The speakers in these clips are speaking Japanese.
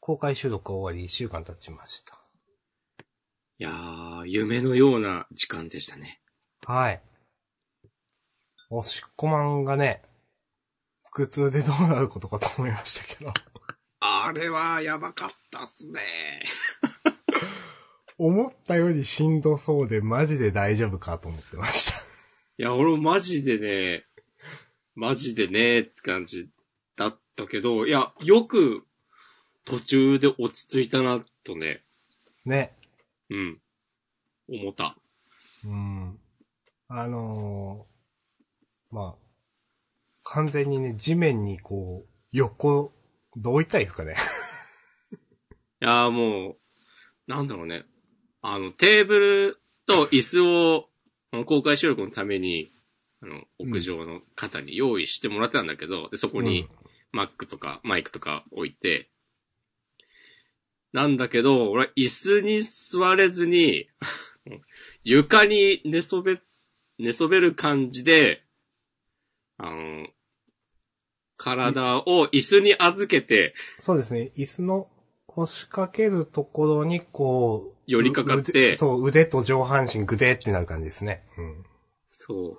公開収録が終わり、1週間経ちました。いやー、夢のような時間でしたね。はい。おしっこまんがね、腹痛でどうなることかと思いましたけど。あれはやばかったっすね。思ったよりしんどそうでマジで大丈夫かと思ってました。いや、俺もマジでね、マジでね、って感じだったけど、いや、よく途中で落ち着いたな、とね、ね。うん、思った。うん。あのーまあ、完全にね、地面にこう、横、どう言ったらいいですかね。いやーもう、なんだろうね。あの、テーブルと椅子を、あの公開収録のために、あの、屋上の方に用意してもらってたんだけど、で、そこに、Mac とかマイクとか置いて、なんだけど、俺は椅子に座れずに、 床に寝そべ、寝そべる感じで、あの、体を椅子に預けて、そうですね、椅子の腰掛けるところにこう、寄りかかってう腕そう、腕と上半身ぐでってなる感じですね。うん。そう。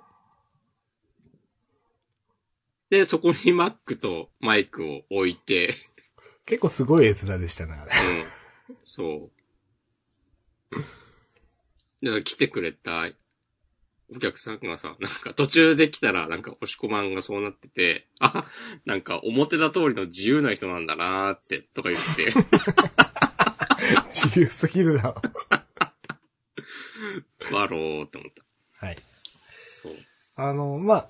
で、そこにマックとマイクを置いて、結構すごい絵面でしたね、 あれ。うん。 そう。だから来てくれたお客さんがさ、なんか途中で来たら、なんか押し込まんがそうなってて、あ、なんか表だ通りの自由な人なんだなーって、とか言って、 自由すぎるな。わろーって思った。はい。そう。あの、まあ、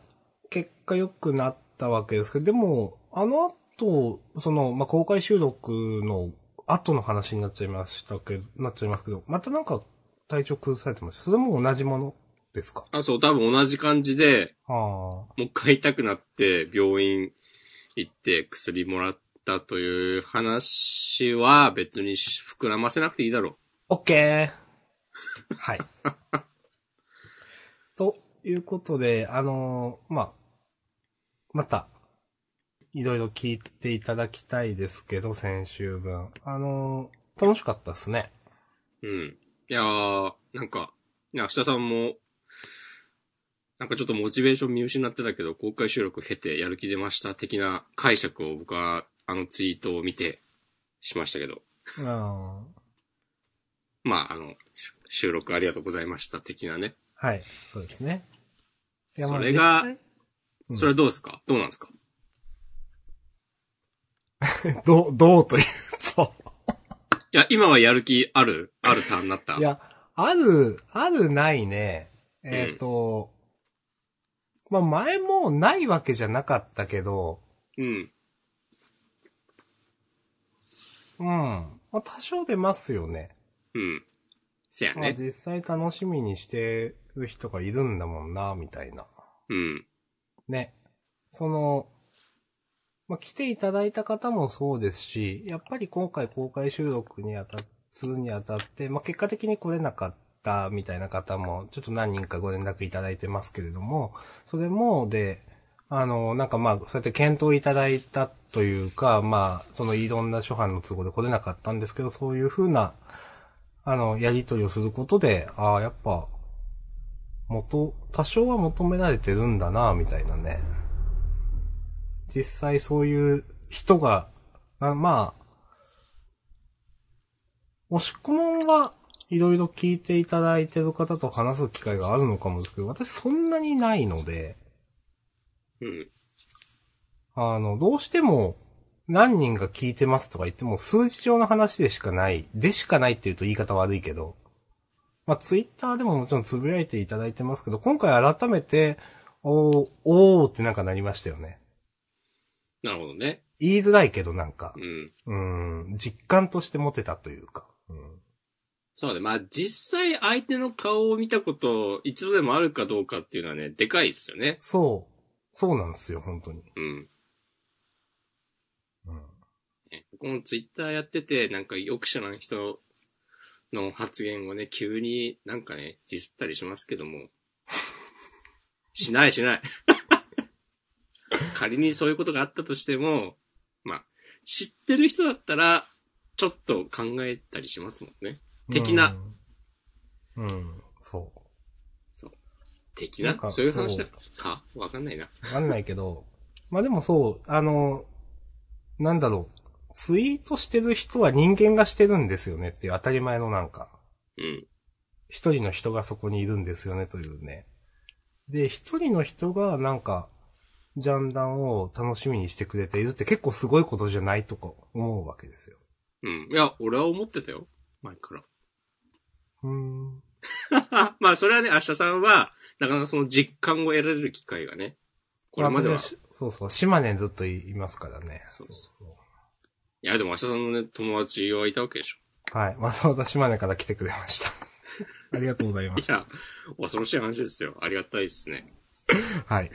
結果良くなったわけですけど、でも、あの後、その、まあ、公開収録の後の話になっちゃいましたけど、なっちゃいますけど、またなんか体調崩されてました。それも同じものですかあ、そう、多分同じ感じで、ああ。もう一回痛くなって、病院行って薬もらったという話は別に膨らませなくていいだろオッケー はい。ということで、あのーまあ、また、いろいろ聞いていただきたいですけど、先週分。あのー楽しかったですね。う。うん。いやー、なんか、ね明日さんも、なんかちょっとモチベーション見失ってたけど、公開収録経てやる気出ました的な解釈を僕は、あのツイートを見て、しましたけど。うん。まあ、あの、し収録ありがとうございました的なね。はい。そうですね。いそれが、うんそれはどうですか、どうなんですか実際どう、どうというと。いや、今はやる気あるあるターンになったいや、ある、あるないね。えっ、と、まあ、前もないわけじゃなかったけど、うん。うん。まあ、多少出ますよね。うん。せやまあ、ね。実際楽しみにしてる人がいるんだもんな、みたいな。うん。ね。その、まあ、来ていただいた方もそうですし、やっぱり今回公開収録にあたっ、するにあたって、まあ、結果的に来れなかったみたいな方も、ちょっと何人かご連絡いただいてますけれども、それも、で、あの、なんかまあ、そうやって検討いただいたというか、まあ、そのいろんな諸般の都合で来れなかったんですけど、そういうふうな、あの、やりとりをすることで、ああ、やっぱ、元、多少は求められてるんだな、みたいなね。実際そういう人が、あまあ、押し込まんはいろいろ聞いていただいてる方と話す機会があるのかもですけど、私そんなにないので、うん。あの、どうしても何人が聞いてますとか言っても数字上の話でしかない、でしかないって言うと言い方悪いけど、まあツイッターでももちろんつぶやいていただいてますけど、今回改めて、おー、おーってなんかなりましたよね。なるほどね。言いづらいけどなんかう、ん。うん、実感として持てたというか。うんそうね。まあ、実際相手の顔を見たこと、一度でもあるかどうかっていうのはね、でかいですよね。そう、そうなんですよ、本当に。うん。うんね僕もツイッターやってて、なんかよく知らん人の発言をね、急になんかね、ディスったりしますけど も。しないしない。仮にそういうことがあったとしても、まあ、知ってる人だったら、ちょっと考えたりしますもんね。的な。うん。うん、そう。的ななんかそういう話だかわかんないな。わかんないけど、まあでもそう、あの、なんだろう、ツイートしてる人は人間がしてるんですよねっていう当たり前のなんか、うん。一人の人がそこにいるんですよねというね。で、一人の人がなんか、ジャンダンを楽しみにしてくれているって結構すごいことじゃないとか思うわけですよ。うん。いや、俺は思ってたよ。前から。うーん。 まあ、それはね、明日さんは、なかなかその実感を得られる機会がね、これまでは。い私そうそう、島根ずっといますからね。そうそや、でも明日さんのね、友達はいたわけでしう。はい。わざわざ島根から来てくれました。 ありがとうございまょ。いす。や、恐ろしい話ですよ。ありがたいですね。 はい。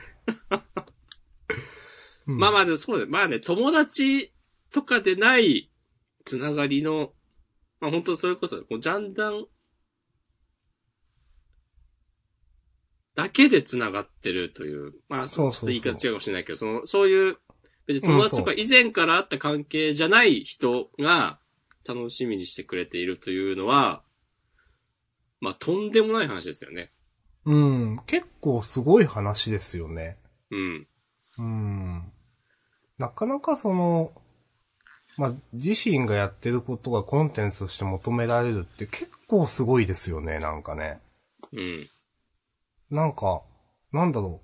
うんまあまあ、でもそうだよまあね、友達とかでないつながりの、まあ本当それこそ、こうジャンダンだけで繋がってるという、まあ、そうちそょうそうっと言い方違うかもしれないけど、その、そういう、別に友達とか以前からあった関係じゃない人が楽しみにしてくれているというのは、まあ、とんでもない話ですよね。うん。結構すごい話ですよね。うん。うん。なかなかその、まあ、自身がやってることがコンテンツとして求められるって結構すごいですよね、なんかね。うん。なんか、なんだろ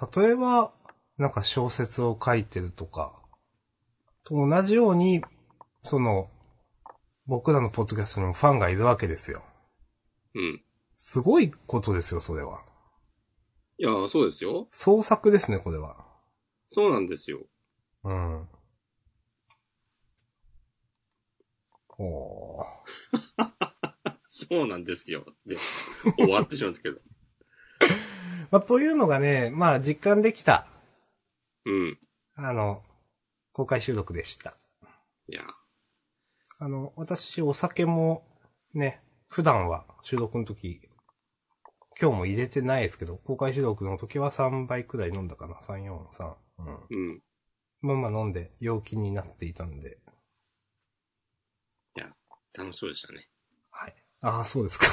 う。例えば、なんか小説を書いてるとか、と同じように、その、僕らのポッドキャストにもファンがいるわけですよ。うん。すごいことですよ、それは。いや、そうですよ。創作ですね、これは。そうなんですよ。うん。おー。そうなんですよ。で、終わってしまったけど。まあ、というのがね、まあ、実感できた、うん。あの、公開収録でした。いや、あの、私、お酒も、ね、普段は収録の時、今日も入れてないですけど、公開収録の時は3杯くらい飲んだかな、3、4、3。うん。うん。まあまあ飲んで、陽気になっていたんで、楽しそうでしたね。はい。ああ、そうですか。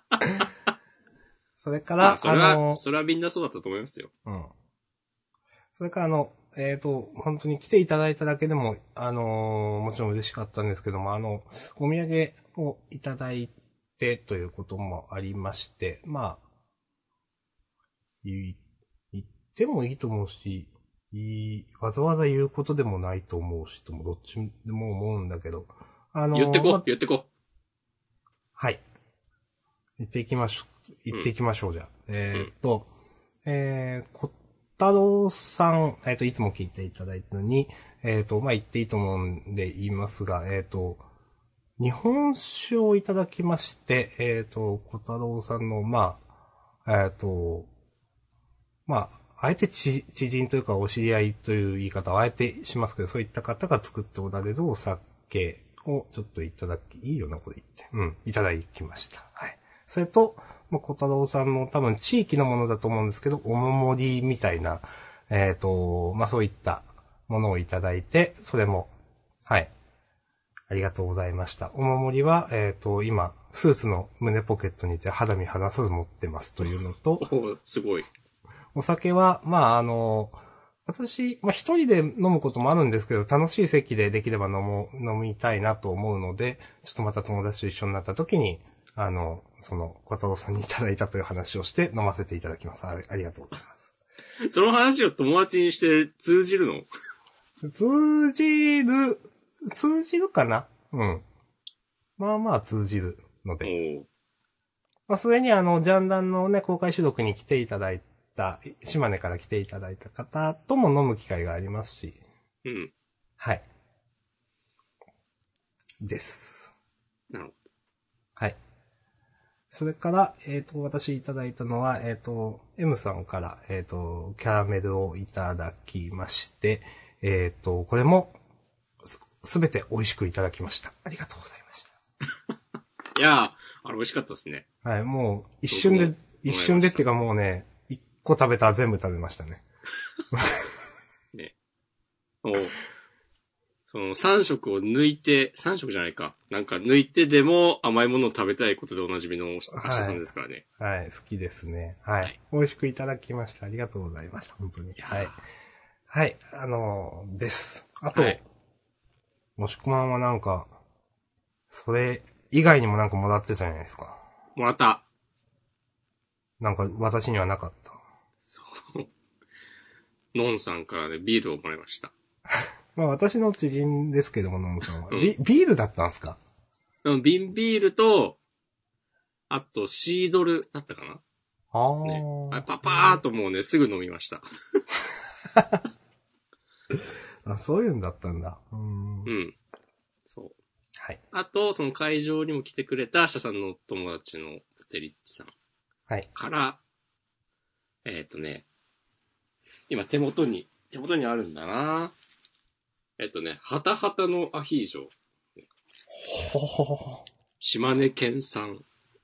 それから、まあ、それあ、のは、、それはみんなそうだったと思いますよ。うん。それからあの、えっ、と、本当に来ていただいただけでも、あのーもちろん嬉しかったんですけども、あの、お土産をいただいてということもありまして、まあ、言言ってもいいと思うし、言いわざわざ言うことでもないと思うし、ともどっちでも思うんだけど、あのー言ってこまう、言ってこはい。行っていきましょう。行っていきましょう、じゃあ。えーっと、えー、小太郎さん、えーっと、いつも聞いていただいたのに、えーっと、まあ、言っていいと思うんで言いますが、えーっと、日本酒をいただきまして、えーっと、小太郎さんの、まあ、えーっと、まあ、あえて知知人というかお知り合いという言い方をあえてしますけど、そういった方が作っておられるお酒をちょっといただき、いいよな、これ言って。うん、いただきました。はい。それと、まあ、小太郎さんの多分地域のものだと思うんですけど、お守りみたいな、えっ、と、まあ、そういったものをいただいて、それも、はい。ありがとうございました。お守りは、えっ、と、今、スーツの胸ポケットにて肌身離さず持ってますというのと、う。おーすごい。お酒は、まあ、あの、私、まあ、一人で飲むこともあるんですけど、楽しい席でできれば飲もう、飲みたいなと思うので、ちょっとまた友達と一緒になった時に、あの、その、小太郎さんにいただいたという話をして飲ませていただきます。あありがとうございます。その話を友達にして通じるの通じる、通じるかなうん。まあまあ通じるので。おうまあ、それにあの、ジャンダンのね、公開収録に来ていただいた、島根から来ていただいた方とも飲む機会がありますし、うん。はい。です。なるほはい。それから、えっ、と、私いただいたのは、えっ、と、M さんから、えっ、と、キャラメルをいただきまして、えっ、と、これも、すすべて美味しくいただきました。ありがとうございましど。いやー、あれ美味しかったですね。た。はい、もう、一瞬僕でも、一瞬でっていうかもうね、一個食べたら全部食べましたね。おうその3食を抜いて、3食じゃないか。なんか抜いてでも甘いものを食べたいことでおなじみの明日さんですからね。はい、好きですね。はい。はい美味しくいただきました。ありがとうございました。本当に。やはい。はい、あのーです。あと、はいもしくまんはなんか、それ以外にもなんかもらってたじゃないですか。もらった。なんか私にはなかった。そう。のんさんからね、ビールをもらいました。まあ私の知人ですけども、ノムさんは。うんビビールだったんすかうん、瓶ビールと、あと、シードルだったかなああ、ね。あパパーっともうね、すぐ飲みました。あ。そういうんだったんだ。うん。はうん。そう。い。あと、その会場にも来てくれた、社さんのお友達のプテリッチさんはい。から、えっ、とね、今手元に、手元にあるんだなえっ、とね、ハタハタのアヒージョ、ほほほほ。島根県産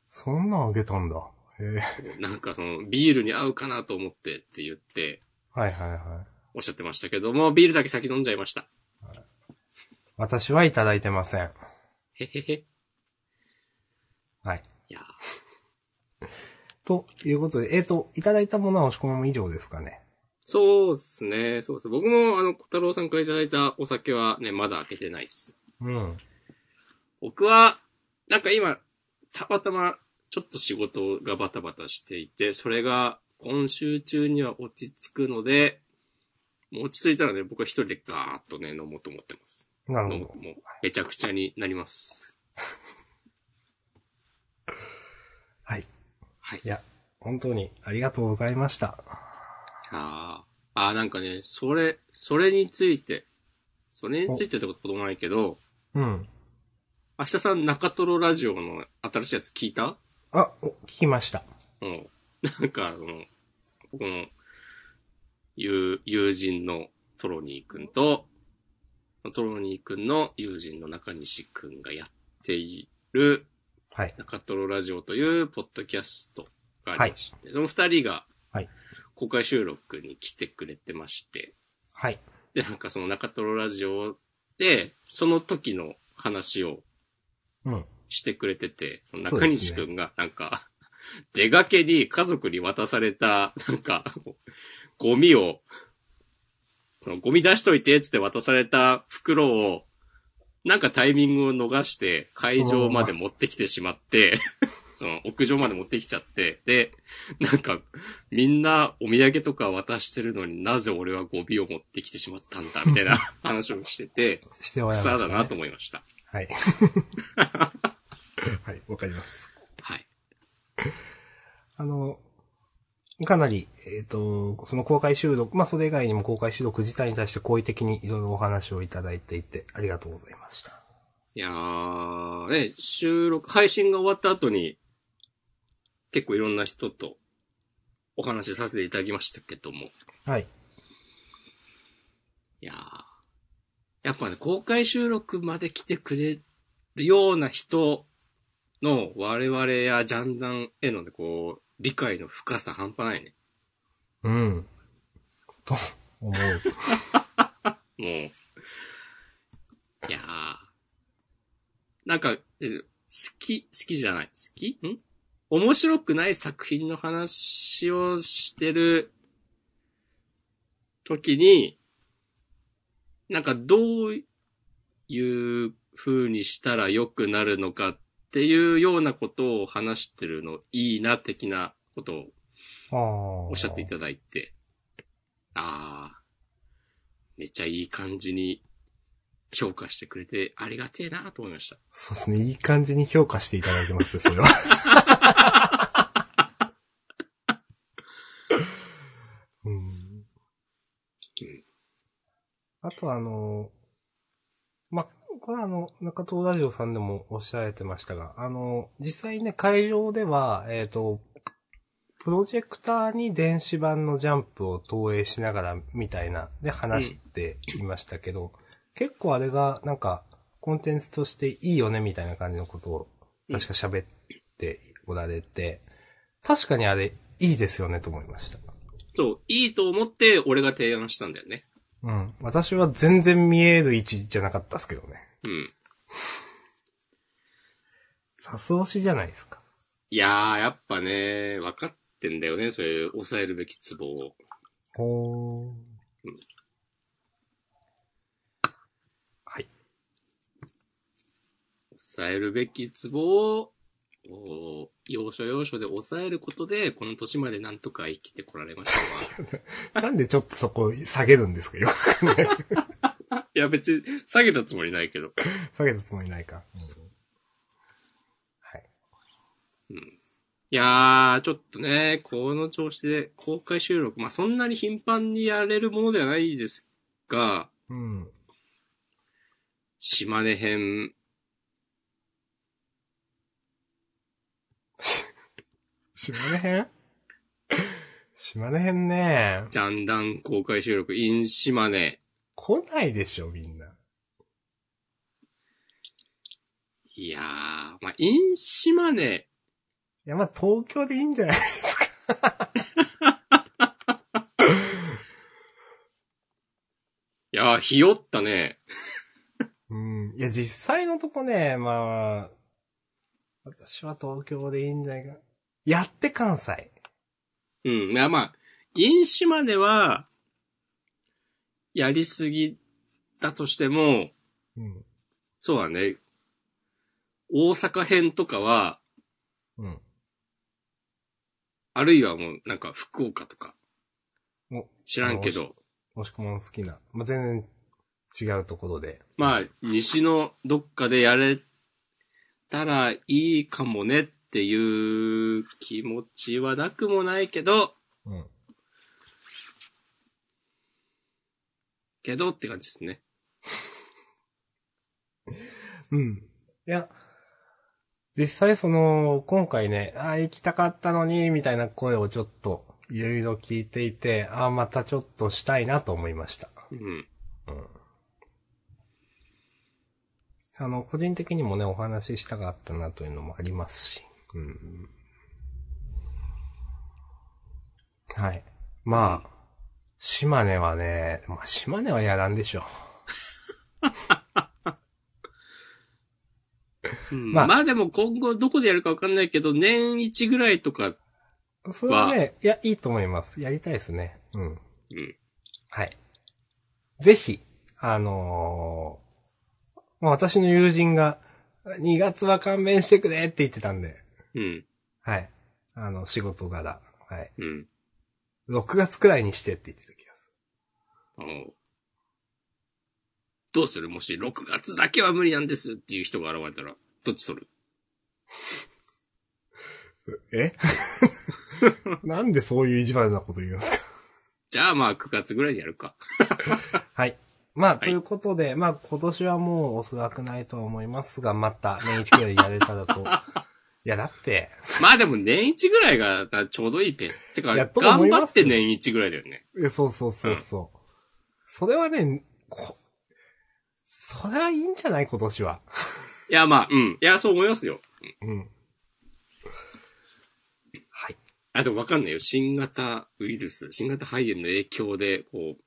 そんなんあげたんだ。へえ。なんかその、ビールに合うかなと思ってって言って、はいはいはい。おっしゃってましたけども、ビールだけ先飲んじゃいました。私はいただいてません。へへへ。いはい。やーということで、えっ、と、いただいたものは押し込みも以上ですかね。そうですね、そうです。僕も、あの、小太郎さんからいただいたお酒はね、まだ開けてないです。うん。僕は、なんか今、たまたま、ちょっと仕事がバタバタしていて、それが今週中には落ち着くので、もう落ち着いたらね、僕は一人でガーッとね、飲もうと思ってます。な飲るむほとど。もう、めちゃくちゃになります。 はい。はいい。や、本当にありがとうございました。あーあー、なんかね、それ、それについて、それについてってこともないけど、うん。明日さん中トロラジオの新しいやつ聞いたあ、お聞きました。うん。なんか、あの、僕の、友、友人のトロニーくんと、トロニーくんの友人の中西くんがやっている、はい。中トロラジオというポッドキャストがありまして、その二人がはい、公開収録に来てくれてまして、はい。で、なんかその中トロラジオで、その時の話をうん。してくれてて、そのそう中ですね西くんが、なんか、 出がけに家族に渡された、なんか、ゴミを、そのゴミ出しといて、つって渡された袋を、なんかタイミングを逃して、会場まで持ってきてしまって、その屋上まで持ってきちゃって、で、なんか、みんなお土産とか渡してるのになぜ俺はゴミを持ってきてしまったんだ、みたいな話をして て、しておられま草しただねなと思いました。はい。 はい、わかります。はい。あの、かなり、えっ、と、その公開収録、まあ、それ以外にも公開収録自体に対して好意的にいろいろお話をいただいていて、ありがとうございました。いやー、ね、収録、配信が終わった後に、結構いろんな人とお話しさせていただきましたけども。はい。いやー、やっぱね、公開収録まで来てくれるような人の我々やジャンダンへのね、こう、理解の深さ半端ないね。うん。と 思う。もう。いやー。なんか、え好き、好きじゃない。好きん面白くない作品の話をしてる時に、なんかどういう風にしたら良くなるのかっていうようなことを話してるのいいな的なことをああ。おっしゃっていただいて、ああ、めっちゃいい感じに評価してくれてありがてえなと思いました。そうですね。いい感じに評価していただいてますね、それは。うん、あとあの、ま、これはあの、中東ラジオさんでもおっしゃられてましたが、あの、実際ね、会場では、えっ、と、プロジェクターに電子版のジャンプを投影しながらみたいな、で話していましたけど、結構あれが、なんか、コンテンツとしていいよね、みたいな感じのことを、確か喋っておられて、確かにあれ、いいですよね、と思いました。そう、いいと思って俺が提案したんだよね。うん。私は全然見える位置じゃなかったですけどね。うん。さす押しじゃないですか。いやー、やっぱね、分かってんだよね、そういう抑えるべきツボを。おー。はい。抑えるべきツボを、おー要所要所で抑えることで、この年までなんとか生きてこられましたわ。なんでちょっとそこ下げるんですかよくわかんない。 いや、別に下げたつもりないけど。 下げたつもりないか。うんはい。いやー、ちょっとね、この調子で公開収録、まあ、そんなに頻繁にやれるものではないですが、うん。島根編、島根編 島根編ね。ジャンダン公開収録、in 島根。来ないでしょ、みんな。いやー、まあ、in 島根、いや、まあ、東京でいいんじゃないですか。いやー、ひよったね。うん。いや、実際のとこね、まあ、私は東京でいいんじゃないか。やって関西。うん。いや、まあ、因子までは、やりすぎだとしても、うん。そうだね。大阪編とかは、うん。あるいはもう、なんか、福岡とか、お、知らんけど、もしくも好きな。まあ、全然違うところで。まあ、西のどっかでやれたらいいかもねっていう気持ちはなくもないけど、うん。けどって感じですね。うん。いや、実際その、今回ね、ああ、行きたかったのに、みたいな声をちょっと、いろいろ聞いていて、ああ、またちょっとしたいなと思いました。うん。あの、個人的にもね、お話ししたかったなというのもありますし。うん。はい。まあ、島根はね、まあ、島根はやらんでしょうんままああ、でも今後どこでやるかわかんないけど、年一ぐらいとか、う。それはね、いや、いいと思います。やりたいですね。うん。うん。はい。ぜひ、あのーまあ、私の友人が、2月は勘弁してくれって言ってたんで、うん。はい。あの、仕事柄。はい。うん。 6月くらいにしてって言ってた気がすあのどうするもし6月だけは無理なんですっていう人が現れたら、どっち取るる。え なんでそういう意地悪なこと言うんですかじゃあまあ9月ぐらいにやるか。はい。まあ、ということで、まあ、今年はもうおそらくないとは思いますが、また年一くらいやれたら と。いや、だって、まあでも年一ぐらいがなちょうどいいペース。てか、いやと思頑います張って年一ぐらいだよね。えそうそうそうそう。それはね、こ、それはいいんじゃない今年は。いやまあ、うん。いや、そう思いますよ。うん。はい。あ、でもわかんないよ。新型ウイルス、新型肺炎の影響で、こう、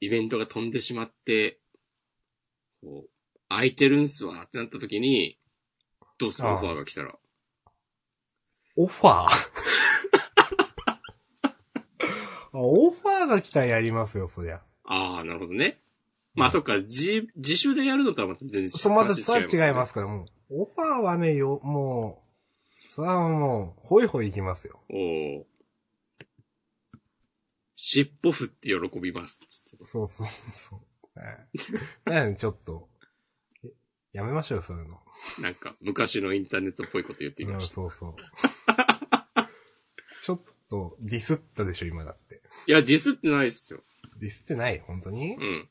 イベントが飛んでしまって、こう、空いてるんすわってなった時に、どうするああオファーが来たら。オファー あオファーが来たらやりますよ、そりゃ。ああ、なるほどね。まあ、そっか、自、自主でやるのとはまた全然違。そう、またそれは違いますすから、もう。オファーはね、よ、もう、それはもう、ほいほいいきますよ。おおー。尻尾振って喜びます。つって。そうそうそう。はいなんでちょっと、えやめましょうよ、そういうの。なんか、昔のインターネットっぽいこと言ってみうまん、した。そうそう。ちょっと、ディスったでしょ、今だって。いや、ディスってないっすよ。ディスってない本当にうん。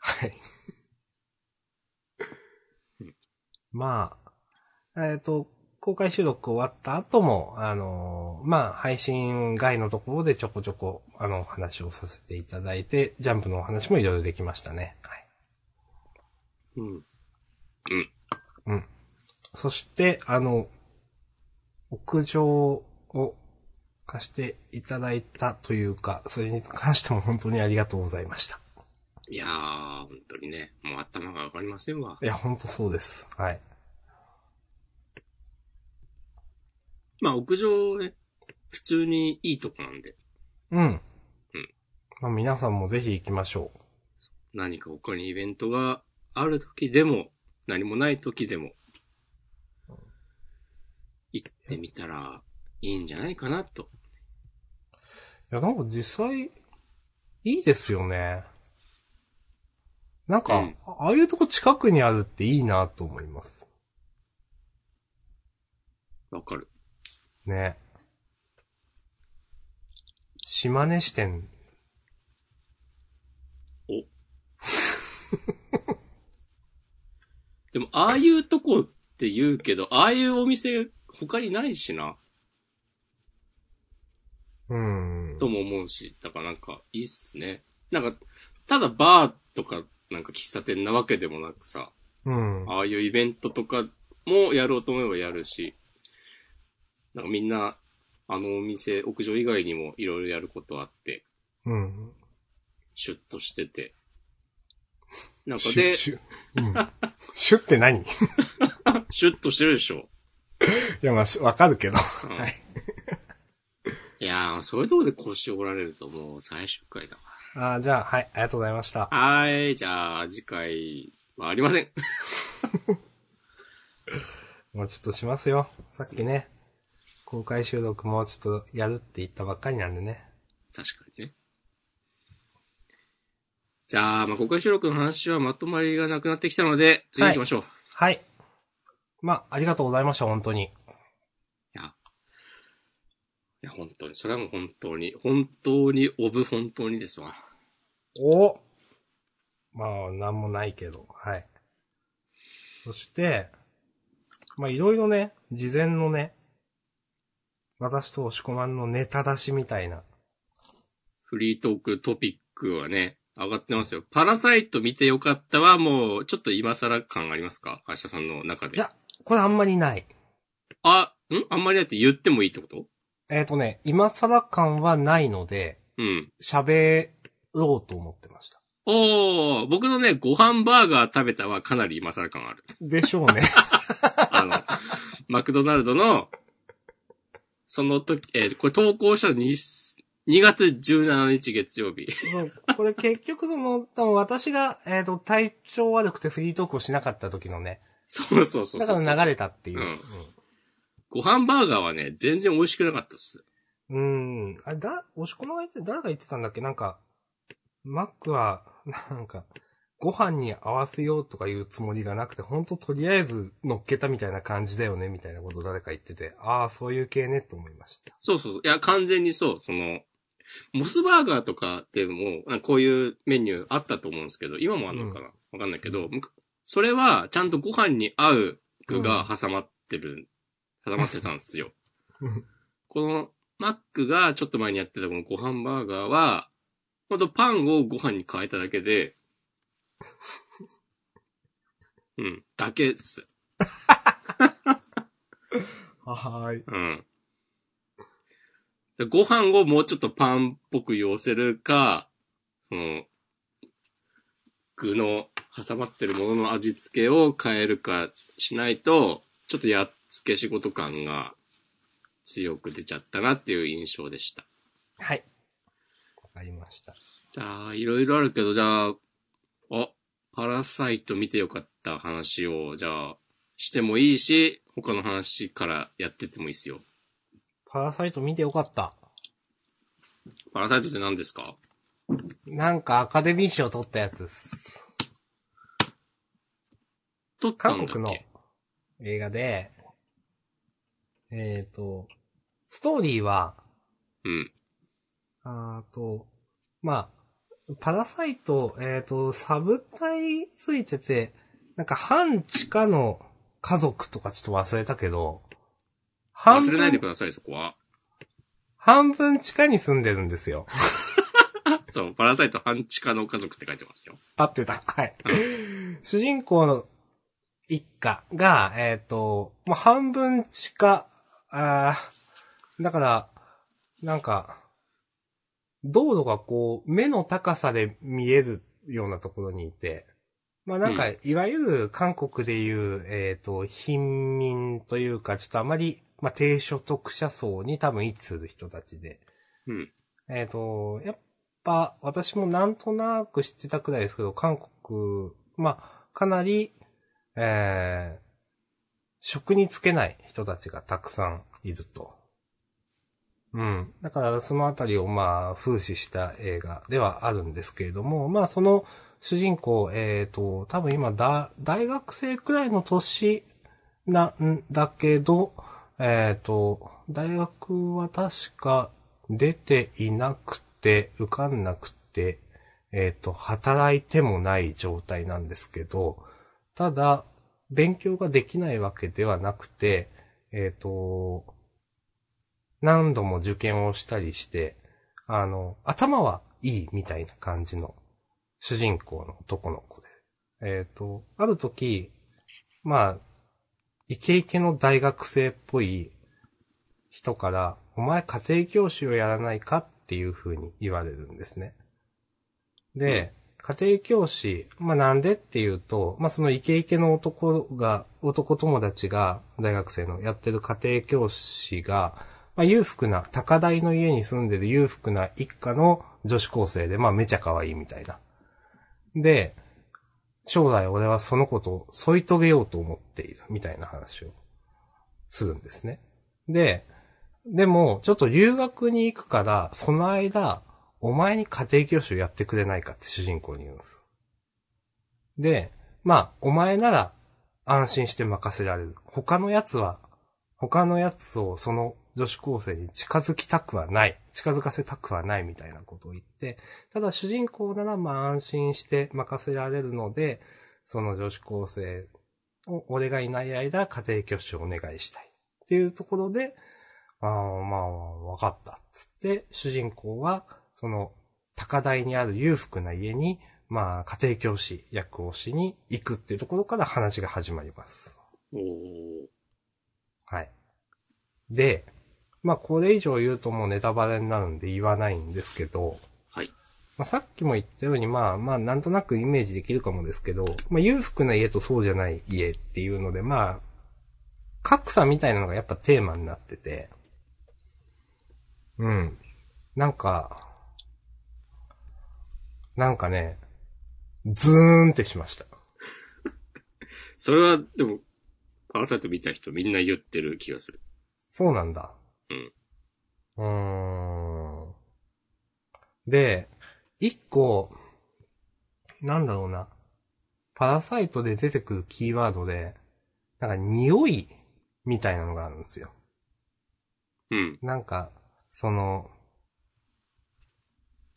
はい。 まあ、えっ、と、公開収録終わった後も、あのーまあ、配信外のところでちょこちょこ、あの、お話をさせていただいて、ジャンプのお話もいろいろできましたね。はい。うん。うん。そして、あの、屋上を貸していただいたというか、それに関しても本当にありがとうございました。いやー、本当にね、もう頭が上がりませんわ。いや、本当そうです。はい。まあ、屋上ね、普通にいいとこなんで、うん。まあ皆さんもぜひ行きましょう。何か他にイベントがある時でも、何もない時でも、行ってみたらいいんじゃないかなと。いや、なんか実際、いいですよね。なんか、うんあああいうとこ近くにあるっていいなと思います。わかる。ね。島根支店。お。でも、ああいうとこって言うけど、ああいうお店他にないしな、うん。とも思うし、だからなんかいいっすね。なんか、ただバーとか、なんか喫茶店なわけでもなくさ、うん。ああいうイベントとかもやろうと思えばやるし、なんかみんな、あのお店、屋上以外にもいろいろやることあって、うん。シュッとしてて。なんかシュで、ッ、シシュッ、うん。 シュッって何 いュッとしてるでしょ。や、まあ、しわかるけど。 うんはい。いやー、そういうとこで腰折られるともう最終回だわ。ああ、じゃあ、はい、ありがとうございました。はーい、じゃあ次回はありません。もうちょっとしますよ。さっきね、公開収録もうちょっとやるって言ったばっかりなんでね。確かにね。じゃあ、まあ、公開収録の話はまとまりがなくなってきたので、次行きましょう。はい。まあ、ありがとうございました、本当に。いや。いや、本当に、それはもう本当に、本当に、オブ本当にですわ。おまあ、なんもないけど、はい。そして、まあ、いろいろね、事前のね、私と押し込まんのネタ出しみたいな。フリートークトピックはね、上がってますよ。パラサイト見てよかったは、もう、ちょっと今更感ありますか明日さんの中いで。や、これあんまりない。あ、んあんまりだって言ってもいいってことえっ、とね、今更感はないので、うん。喋ろうと思ってました。おー、僕のね、ご飯バーガー食べたはかなり今更感ある。でしょう ね。あの、マクドナルドの、その時、えーこれ投稿したの 2, 2月17日月曜日。 そうこれ結局その、多分私が、えっ、と、体調悪くてフリートークをしなかった時のね、そうそうそうそうだそう。から流れたっていう。うんご飯バーガーはね、全然美味しくなかったっす。うん。うんあれ、だ、押し込まれて、誰が言ってたんだっけなんか、マックは、なんか、ご飯に合わせようとかいうつもりがなくて、ほんととりあえず乗っけたみたいな感じだよね、みたいなこと誰か言ってて、ああ、そういう系ね、と思いました。そうそうそう。いや、完全にそう、その、モスバーガーとかでも、あこういうメニューあったと思うんですけど、今もあるのかなわ、かんないけど、むくそれは、ちゃんとご飯に合う具が挟まってる、挟まってたんですよ。うんこの、マックがちょっと前にやってたこのご飯バーガーは、ほんとパンをご飯に変えただけで、うん、だけっす。はーい。うん。でご飯をもうちょっとパンっぽく寄せるか、その、具の挟まってるものの味付けを変えるかしないと、ちょっとやっつけ仕事感が強く出ちゃったなっていう印象でした。はい。わかりました。じゃあ、いろいろあるけど、じゃあ、あ、パラサイト見てよかった話を、じゃあ、してもいいし、他の話からやってってもいいっすよ。パラサイト見てよかった。パラサイトって何ですかなんかアカデミー賞取ったやつです。撮ったんだ韓っけ国の映画で、えっ、と、ストーリーは、うん。あーと、まあ、パラサイト、えっ、と、サブタイついてて、なんか半地下の家族とかちょっと忘れたけど、半忘れないで分く、ださい、そこは。半分地下に住んでるんですよ。そう、パラサイト半地下の家族って書いてますよ。合ってた。 はい。主人公の一家が、えっ、と、もう半分地下、あーだから、なんか、道路がこう、目の高さで見えるようなところにいて、まあなんか、ういわゆる韓国でいう、えっ、と、貧民というか、ちょっとあまり、まあ低所得者層に多分位置する人たちで、うん。えっ、と、やっぱ、私もなんとなく知ってたくらいですけど、韓国、まあ、かなり、えー、職につけない人たちがたくさんいると。うん。だから、そのあたりを、まあ、風刺した映画ではあるんですけれども、まあ、その主人公、えっ、と、多分今、だ、大学生くらいの年なんだけど、えっ、と、大学は確か出ていなくて、受かんなくて、えっ、と、働いてもない状態なんですけど、ただ、勉強ができないわけではなくて、えっ、と、何度も受験をしたりして、あの、頭はいいみたいな感じの主人公の男の子で。えっ、と、ある時、まあ、イケイケの大学生っぽい人から、お前家庭教師をやらないかっていう風に言われるんですね。で、家庭教師、まあなんでっていうと、まあそのイケイケの男が、男友達が、大学生のやってる家庭教師が、まあ裕福な、高台の家に住んでる裕福な一家の女子高生で、まあめちゃ可愛いみたいな。で、将来俺はその子と添い遂げようと思っている、みたいな話をするんですね。で、でも、ちょっと留学に行くから、その間、お前に家庭教師をやってくれないかって主人公に言うんです。で、まあ、お前なら安心して任せられる。他のやつは、他のやつをその女子高生に近づきたくはない。近づかせたくはないみたいなことを言って、ただ主人公ならまあ安心して任せられるので、その女子高生を俺がいない間家庭教師をお願いしたい。っていうところで、ああ、まあ、わかった。つって、主人公は、その、高台にある裕福な家に、まあ、家庭教師役をしに行くっていうところから話が始まります。おー。はい。で、まあ、これ以上言うともうネタバレになるんで言わないんですけど、はい。まあ、さっきも言ったように、まあ、まあ、なんとなくイメージできるかもですけど、まあ、裕福な家とそうじゃない家っていうので、まあ、格差みたいなのがやっぱテーマになってて、うん。なんか、なんかね、ズーンってしました。それは、でも、あなたと見た人みんな言ってる気がする。そうなんだ。うん。うーん。で、一個、なんだろうな。パラサイトで出てくるキーワードで、なんか匂いみたいなのがあるんですよ。うん。なんか、その、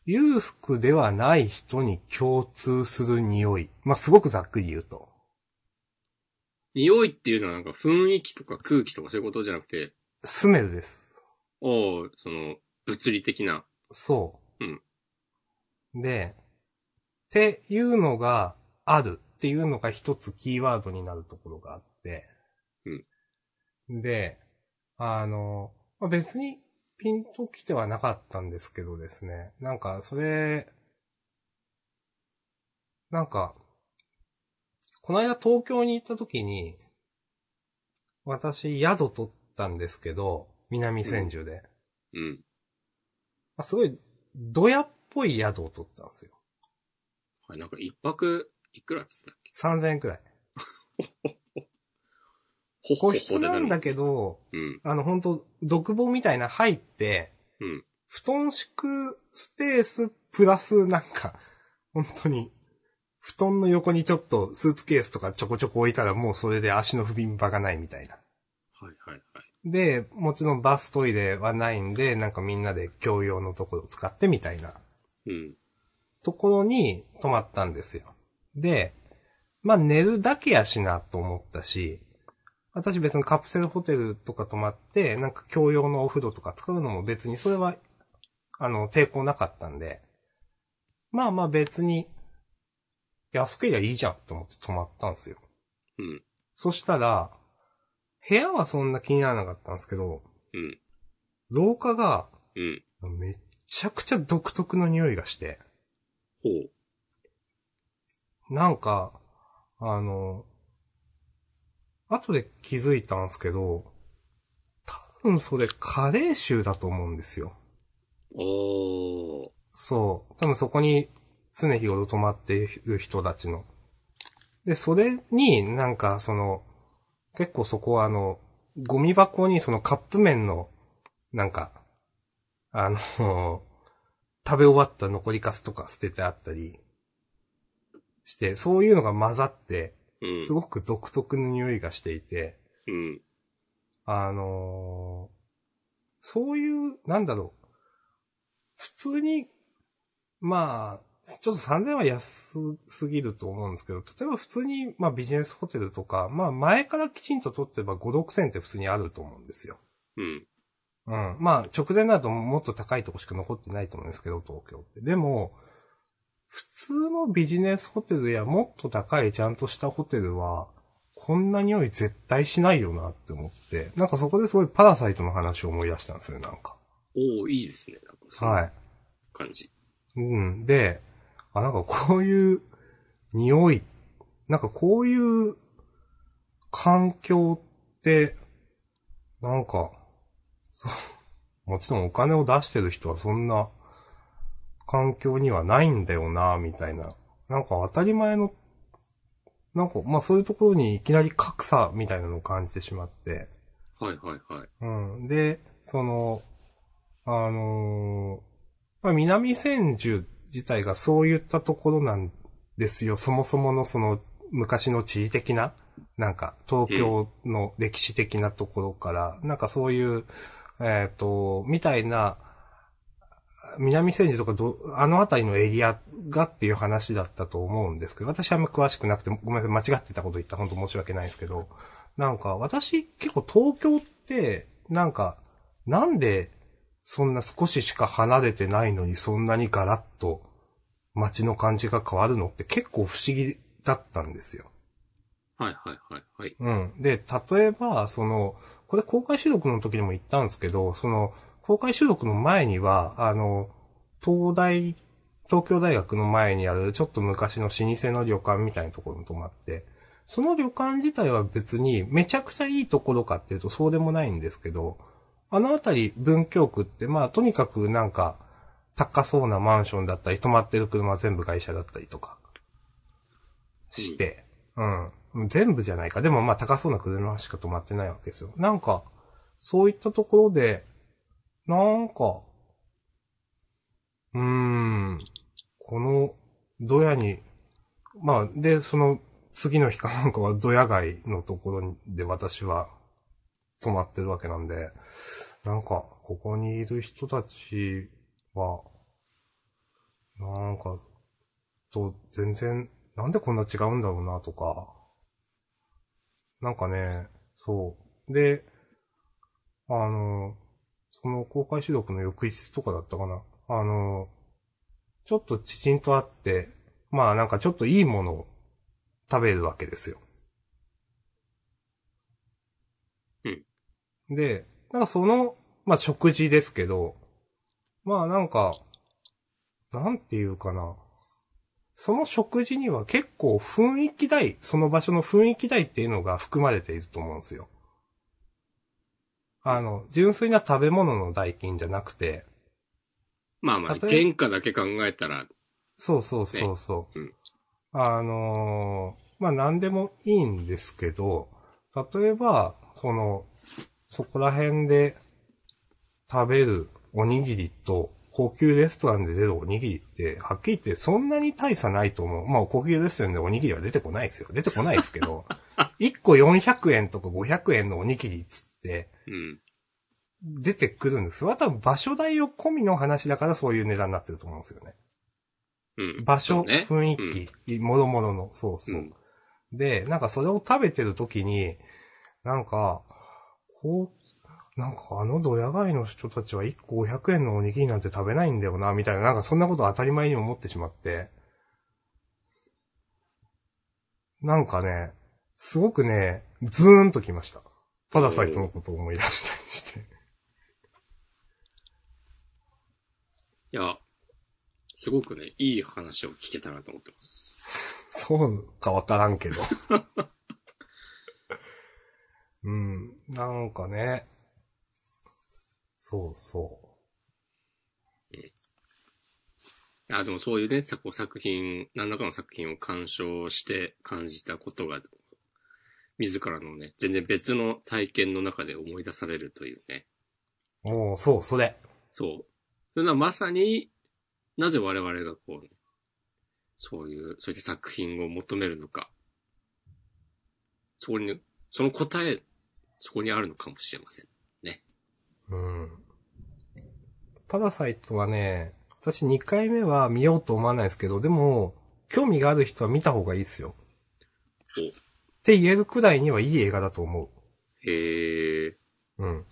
裕福ではない人に共通する匂い。まあ、すごくざっくり言うと。匂いっていうのはなんか雰囲気とか空気とかそういうことじゃなくて、スメルです。おーその、物理的な。そう。うんで、っていうのがあるっていうのが一つキーワードになるところがあって。で、あの、まあ別にピンときてはなかったんですけどですね。なんか、それ、なんか、この間東京に行った時に、私宿取ったんですけど、南千住で。うん。まあ、すごい、ドヤっぽい宿を取ったんですよ。はい、なんか一泊、いくらっつったっけ3000円くらい。ほ個室なんだけど、うん。あの、本当独房みたいな入って、うん。布団敷くスペースプラスなんか、本当に、布団の横にちょっとスーツケースとかちょこちょこ置いたらもうそれで足の踏み場がないみたいな。はいはいはい。で、もちろんバストイレはないんで、なんかみんなで共用のところを使ってみたいなうん。ところに泊まったんですよ。で、まあ寝るだけやしなと思ったし、私別にカプセルホテルとか泊まって、なんか共用のお風呂とか使うのも別にそれは、あの、抵抗なかったんで、まあまあ別に、安けりゃいいじゃんと思って泊まったんですよ。うん。そしたら、部屋はそんな気にならなかったんですけど、うん。廊下がうん。めっちゃくちゃ独特の匂いがして。ほう。なんか、あの、後で気づいたんですけど、多分それカレー臭だと思うんですよ。おー。そう。多分そこに常日頃泊まっている人たちの。で、それになんかその、結構そこはあの、ゴミ箱にそのカップ麺の、なんか、あの、食べ終わった残りカスとか捨ててあったりして、そういうのが混ざって、うん。すごく独特の匂いがしていて、うん。あのーそういう、なんだろう。普通に、まあ、ちょっと3000は安すぎると思うんですけど、例えば普通に、まあビジネスホテルとか、まあ前からきちんと取ってれば5、6000って普通にあると思うんですよ。うん。うん。まあ直前だともっと高いとこしか残ってないと思うんですけど、東京って。でも、普通のビジネスホテルやもっと高いちゃんとしたホテルは、こんな匂い絶対しないよなって思って、なんかそこですごいパラサイトの話を思い出したんですよ、なんか。おー、いいですね。なんかそはうい。感じ。うん。で、あ、なんかこういう匂い、なんかこういう環境って、なんか、そう、もちろんお金を出してる人はそんな環境にはないんだよな、みたいな。なんか当たり前の、なんか、まあそういうところにいきなり格差みたいなのを感じてしまって。はいはいはい。うん。で、その、あのーまあ、南千住自体がそういったところなんですよ。そもそものその昔の地理的な、なんか東京の歴史的なところから、なんかそういう、えっ、と、みたいな、南千住とかど、あの辺りのエリアがっていう話だったと思うんですけど、私はあんま詳しくなくて、ごめんなさい、間違ってたこと言った、本当申し訳ないんですけど、なんか私結構東京って、なんか、なんでそんな少ししか離れてないのにそんなにガラッと街の感じが変わるのって結構不思議だったんですよ。はいはいはいはい。うん。で、例えば、その、これ公開収録の時にも言ったんですけど、その、公開収録の前には、あの、東大、東京大学の前にあるちょっと昔の老舗の旅館みたいなところに泊まって、その旅館自体は別にめちゃくちゃいいところかっていうとそうでもないんですけど、あのあたり文京区ってまあとにかくなんか高そうなマンションだったり泊まってる車は全部会社だったりとかして、うん。全部じゃないか。でもまあ高そうな車しか止まってないわけですよ。なんか、そういったところで、なんか、うーん、この、ドヤに、まあ、で、その、次の日かなんかはドヤ街のところで私は泊まってるわけなんで、なんか、ここにいる人たちは、なんか、と全然、なんでこんな違うんだろうなとか、なんかね、そう。で、あの、その公開収録の翌日とかだったかな。あの、ちょっと知人と会って、まあなんかちょっといいものを食べるわけですよ。うん。で、なんかその、まあ食事ですけど、まあなんか、なんていうかな。その食事には結構雰囲気代、その場所の雰囲気代っていうのが含まれていると思うんですよ。あの、純粋な食べ物の代金じゃなくて、まあまあ、例え原価だけ考えたら、そうそうそうそう。ねあのーまあ、何でもいいんですけど、例えば、その、そこら辺で食べるおにぎりと、高級レストランで出るおにぎりって、はっきり言ってそんなに大差ないと思う。まあ、高級レストランでおにぎりは出てこないですよ。出てこないですけど、1個400円とか500円のおにぎりっつって、うん。出てくるんです。また場所代を込みの話だからそういう値段になってると思うんですよね。うん。場所、そうね雰囲気、もろもろの、そうそう。うんで、なんかそれを食べてる時に、なんか、こう、なんかあのドヤ街の人たちは1個500円のおにぎりなんて食べないんだよな、みたいな、なんかそんなこと当たり前に思ってしまって。なんかね、すごくね、ズーンときました。パラサイトのことを思い出したりして。いや、すごくね、いい話を聞けたなと思ってます。そうかわからんけど。うん。なんかね。そうそう。いや、でもそういうね、さこう作品、何らかの作品を鑑賞して感じたことが、自らのね、全然別の体験の中で思い出されるというね。おおそう、それ。そう。それはまさになぜ我々がこう、そういう、そういった作品を求めるのか。そこにね、その答え、そこにあるのかもしれません。うん。パラサイトはね、私2回目は見ようと思わないですけど、でも、興味がある人は見た方がいいですよ。おって言えるくらいにはいい映画だと思へえ。う。うん。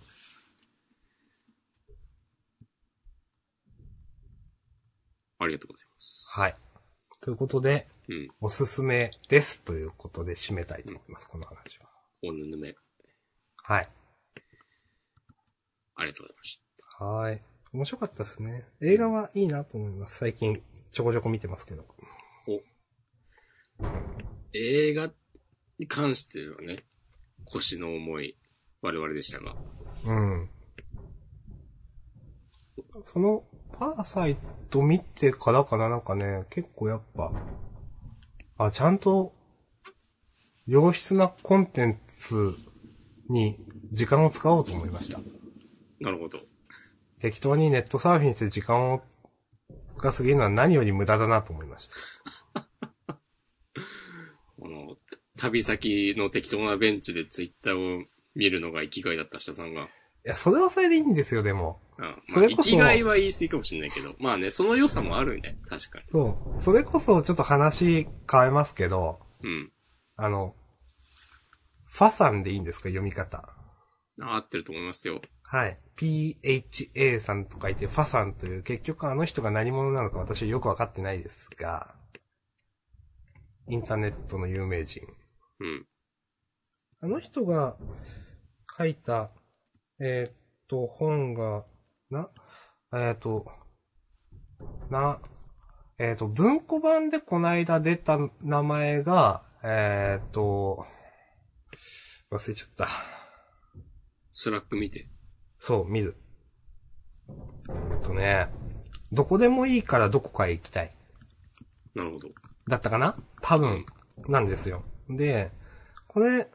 ありがとうございます。はい。ということで、うん。おすすめですということで締めたいと思います、この話は。おぬぬめ、はい。ありがとうございました。はい。面白かったですね。映画はいいなと思います。最近、ちょこちょこ見てますけど。映画に関してはね、腰の重い我々でしたが。うん。その、パラサイト見てからかな、なんかね、結構やっぱ、あ、ちゃんと、良質なコンテンツに時間を使おうと思いました。なるほど。適当にネットサーフィンして時間を、が過ぎるのは何より無駄だなと思いました。この、旅先の適当なベンチでツイッターを見るのが生きがいだった下さんが。いや、それはそれでいいんですよ、でも。うん。まあ、それ生こそきがいは言い過ぎかもしれないけど。まあね、その良さもあるよね。確かそう。それこそちょっと話変えますけど、に。うん。あの、ファさんでいいんですか読み方。合ってると思いますよ。はい。PHA さんと書いてファさんという、結局あの人が何者なのか私はよくわかってないですが、インターネットの有名人。うん。あの人が書いた、えーっと、本が、な、えーっと、な、えーっと、文庫版でこの間出た名前が、えーっと、忘れちゃった。スラック見て。そう、見る。えっとね、どこでもいいからどこかへ行きたい。なるほど。だったかな多分、なんですよ。で、これ、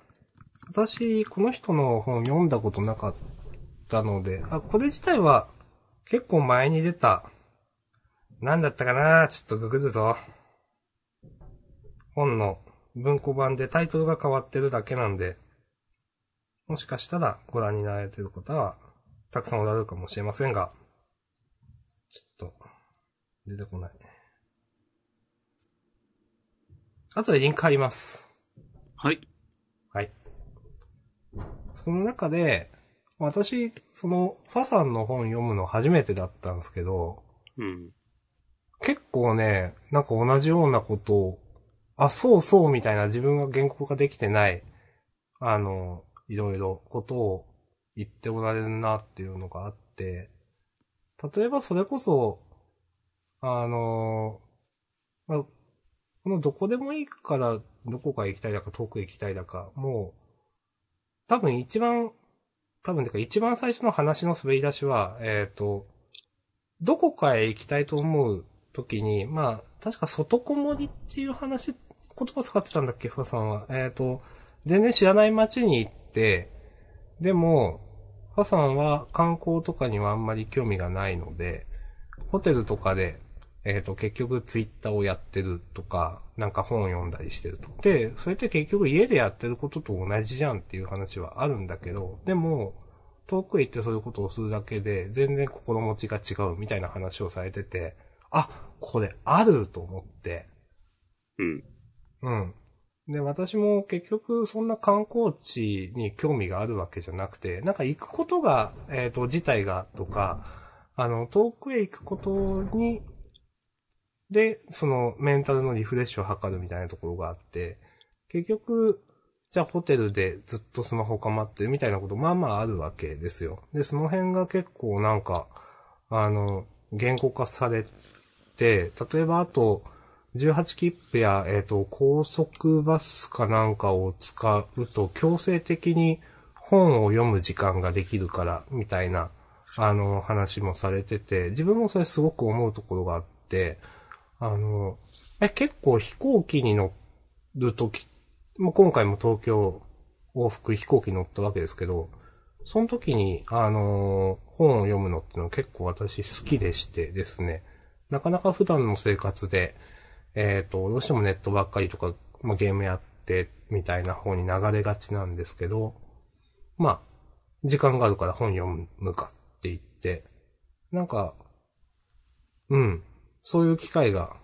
私、この人の本読んだことなかったので、あ、これ自体は結構前に出た、なんだったかなちょっとググるぞ。本の文庫版でタイトルが変わってるだけなんで、もしかしたらご覧になられてる方は、たくさんおられるかもしれませんが、ちょっと、出てこない。あとでリンク貼ります。はい。はい。その中で、私、その、ファさんの本読むの初めてだったんですけど、うん。結構ね、なんか同じようなことを、あ、そうそうみたいな自分が原告ができてない、あの、いろいろことを言っておられるなっていうのがあって、例えばそれこそ、あの、まあ、このどこでもいいからどこか行きたいだか遠くへ行きたいだか、もう、多分一番、多分てか一番最初の話の滑り出しは、えっ、と、どこかへ行きたいと思う時に、まあ、確か外こもりっていう話、言葉使ってたんだっけ、ふわさんは。えっ、と、全然知らない街に行って、でも、ふわさんは観光とかにはあんまり興味がないので、ホテルとかで、えっ、と、結局ツイッターをやってるとか、なんか本を読んだりしてると。で、それって結局家でやってることと同じじゃんっていう話はあるんだけど、でも、遠くへ行ってそういうことをするだけで、全然心持ちが違うみたいな話をされてて、あ、これあると思って、うん。うん。で、私も結局そんな観光地に興味があるわけじゃなくて、なんか行くことが、えっ、と、自体がとか、あの、遠くへ行くことに、で、そのメンタルのリフレッシュを図るみたいなところがあって、結局、じゃあホテルでずっとスマホかまってるみたいなこと、まあまああるわけですよ。で、その辺が結構なんか、あの、言語化されて、例えばあと、18切符や、えっ、と、高速バスかなんかを使うと、強制的に本を読む時間ができるから、みたいな、あの、話もされてて、自分もそれすごく思うところがあって、あの、え、結構飛行機に乗るとき、もう今回も東京往復飛行機乗ったわけですけど、その時に、あのー本を読むのってのは結構私好きでしてですね、なかなか普段の生活で、えっ、と、どうしてもネットばっかりとか、まあ、ゲームやって、みたいな方に流れがちなんですけど、まあ、時間があるから本読むかって言って、なんか、うん、そういう機会が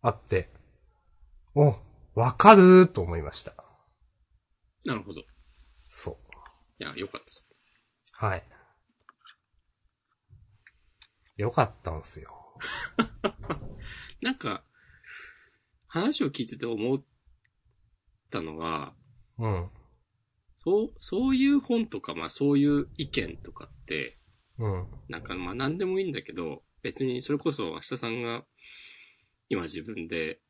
あって、お、わかるーと思いました。なるほど。いそう。や、よかったです。はい。よかったんすよ。なんか、話を聞いてて思ったのは、うん。そう、そういう本とか、まあそういう意見とかって、うん。なんかまあ何でもいいんだけど、別にそれこそ明日さんが今自分で、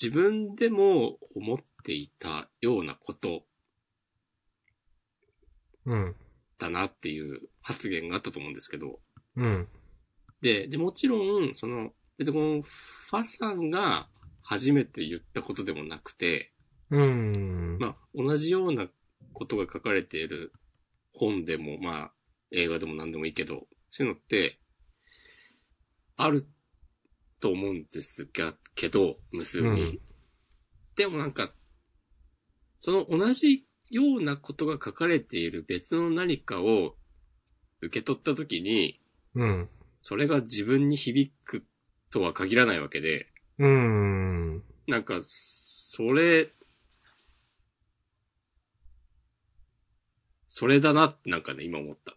自分でも思っていたようなことうん。だなっていう発言があったと思うんですけど、うん。で、で、もちろん、その、別にこの、ファさんが初めて言ったことでもなくて、うん。まあ、同じようなことが書かれている本でも、まあ、映画でも何でもいいけど、そういうのって、あると思うんですが、けど、無数に。うんでもなんか、その同じようなことが書かれている別の何かを受け取ったときに、うん。それが自分に響くとは限らないわけで、うん。なんか、それ、それだなってなんかね、今思った。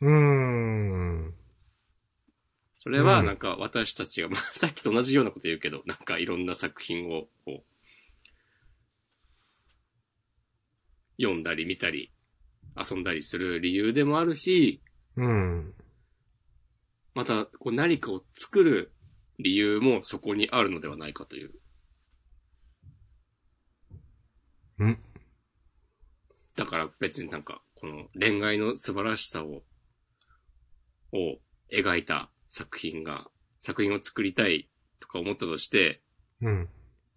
うん。それはうんなんか私たちが、まあ さっきと同じようなこと言うけど、なんかいろんな作品をこう、読んだり見たり、遊んだりする理由でもあるし、うん。またこう何かを作る理由もそこにあるのではないかという。うん。だから別になんか、この恋愛の素晴らしさを、を描いた作品が、作品を作りたいとか思ったとして、うん。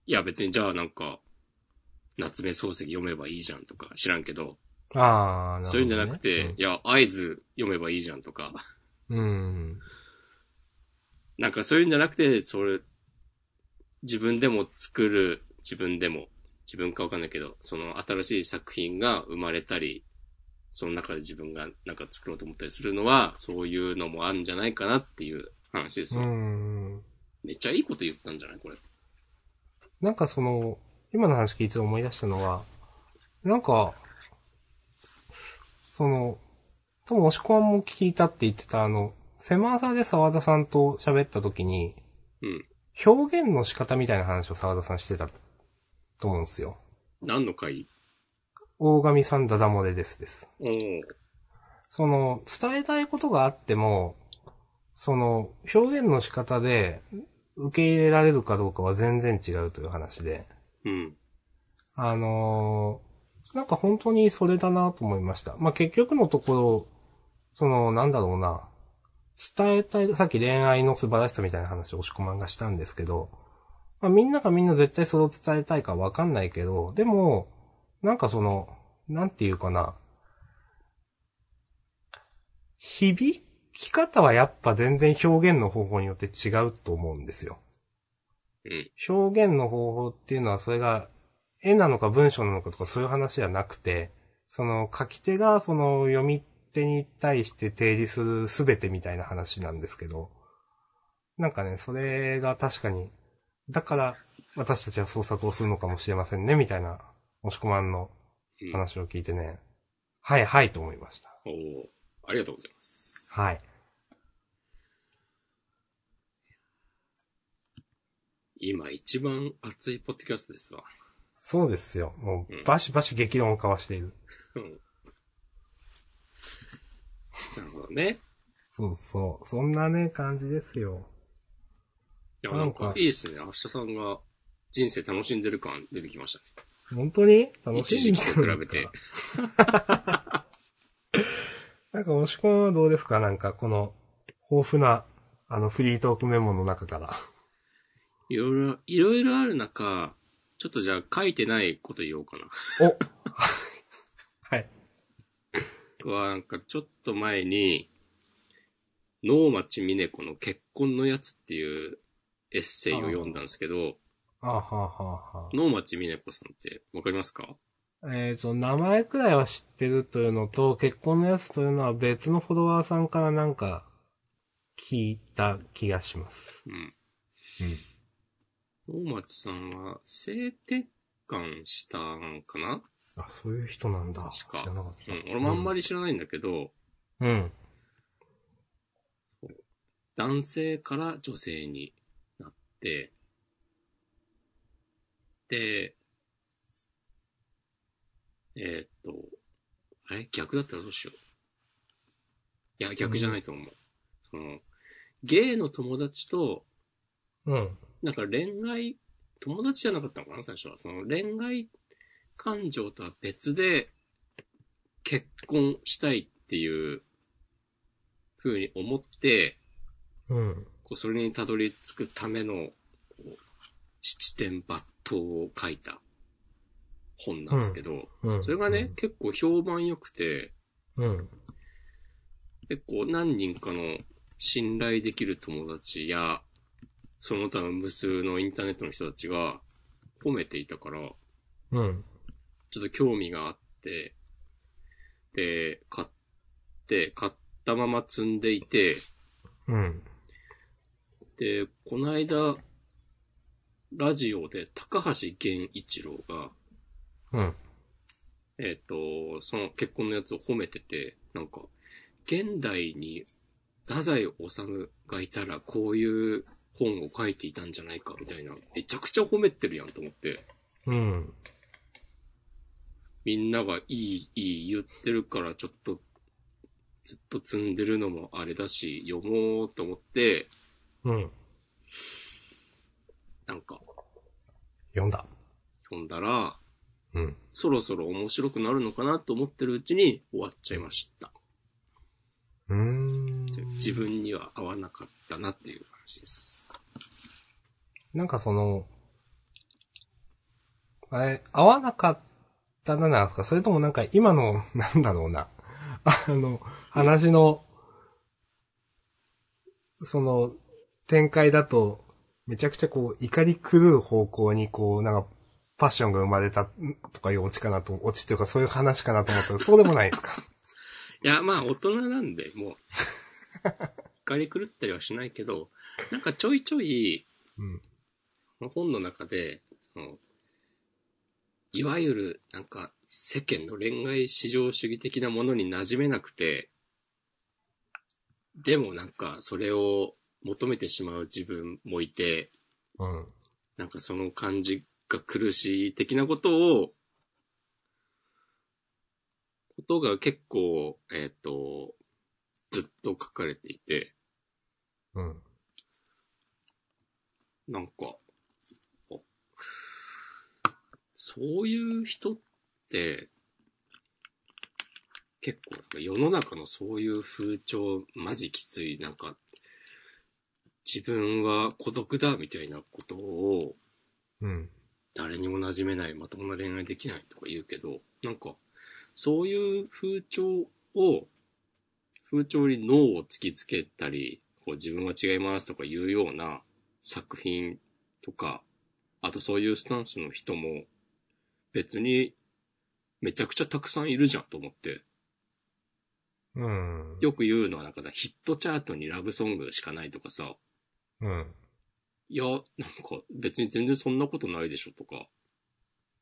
いや別にじゃあなんか、夏目漱石読めばいいじゃんとか知らんけど、ああ、なるほどねそういうんじゃなくて、いや、合図読めばいいじゃんとか、うん。なんかそういうんじゃなくて、それ、自分でも作る、自分でも、自分かわかんないけど、その新しい作品が生まれたり、その中で自分がなんか作ろうと思ったりするのは、そういうのもあるんじゃないかなっていう話ですうよ。ん。めっちゃいいこと言ったんじゃないこれ。なんかその、今の話聞いて思い出したのは、なんか、その、多分押し込んも聞いたって言ってたあの、狭さで沢田さんと喋った時に、うん。表現の仕方みたいな話を沢田さんしてたと思うんですよ。何の回大神さんダダ漏れですです。おーその、伝えたいことがあっても、その、表現の仕方で受け入れられるかどうかは全然違うという話で、うん。あのーなんか本当にそれだなと思いました。まあ、結局のところ、その、なんだろうな、伝えたい、さっき恋愛の素晴らしさみたいな話を押し込まんがしたんですけど、まあ、みんながみんな絶対それを伝えたいかわかんないけど、でも、なんかその、なんていうかな、響き方はやっぱ全然表現の方法によって違うと思うんですよ。うん。表現の方法っていうのはそれが絵なのか文章なのかとかそういう話じゃなくて、その書き手がその読み手に対して提示するすべてみたいな話なんですけど、なんかね、それが確かに、だから私たちは創作をするのかもしれませんね、みたいな、もしこまんのうん、話を聞いてね、はいはいと思いました。おーありがとうございます。はい。今一番熱いポッドキャストですわ。そうですよ。もうんうバシバシ激論を交わしている。うん。なるほどね。そうそう。そんなね、感じですよ。いや、ななんんかかいいですね。明日さんが人生楽しんでる感出てきましたね。本当に楽一し時み期と比べて。なんか、押し込んはどうですかなんか、この、豊富な、あの、フリートークメモの中から。いろいろ、いろいろある中、ちょっとじゃあ書いてないこと言おうかな。おはい。僕はなんかちょっと前に、能町みね子の結婚のやつっていうエッセイを読んだんですけど、あはあはあは能町みね子さんってわかりますかあ。えっ、と、名前くらいは知ってるというのと、結婚のやつというのは別のフォロワーさんからなんか、聞いた気がします。うん。うん。能町さんは性転換したんかなあ、そういう人なんだ。確か知らなかっうた。ん。俺もあんまり知らないんだけど、うん。男性から女性になって、で、えーっと、あれ逆だったらどうしよう。いや、逆じゃないと思う。その、ゲイの友達と、うん。なんか恋愛、友達じゃなかったのかな最初は。その恋愛感情とは別で、結婚したいっていう、風に思って、うん。こう、それにたどり着くための、こう七点抜刀を書いた本なんですけど、うん。それがね、結構評判良くて、うん。結構何人かの信頼できる友達や、その他の無数のインターネットの人たちが褒めていたから、うん。ちょっと興味があって、で、買って、買ったまま積んでいて、うん。で、この間、ラジオで高橋源一郎が、うん。えっ、と、その結婚のやつを褒めてて、なんか、現代に太宰治がいたらこういう本を書いていたんじゃないかみたいな、めちゃくちゃ褒めてるやんと思って、うん。みんながいいいい言ってるからちょっと、ずっと積んでるのもあれだし、読もうと思って、うん。なんか読んだ。読んだら、うん。そろそろ面白くなるのかなと思ってるうちに終わっちゃいました。うーん。自分には合わなかったなっていう話です。なんかその、あれ、合わなかったななんですかそれともなんか今の、 なんだろうな。あの、話の、その、展開だと、めちゃくちゃこう、怒り狂う方向にこう、なんか、パッションが生まれたんとかいうオチかなと、オチというかそういう話かなと思ったら、そうでもないですか いや、まあ大人なんで、もう、怒り狂ったりはしないけど、なんかちょいちょい、うん。本の中で、そのいわゆる、なんか、世間の恋愛至上主義的なものに馴染めなくて、でもなんか、それを求めてしまう自分もいて、うん。なんかその感じが苦しい的なことを、ことが結構、えっ、と、ずっと書かれていて、うん。なんか、あそういう人って、結構、なんか世の中のそういう風潮、マジきつい、なんか、自分は孤独だ、みたいなことを、うん。誰にも馴染めない、まともな恋愛できないとか言うけど、なんか、そういう風潮を、風潮に脳を突きつけたり、こう自分は違いますとか言うような作品とか、あとそういうスタンスの人も、別にめちゃくちゃたくさんいるじゃんと思って、うん。よく言うのはなんかさ、ヒットチャートにラブソングしかないとかさ、うん。いや、なんか別に全然そんなことないでしょとか、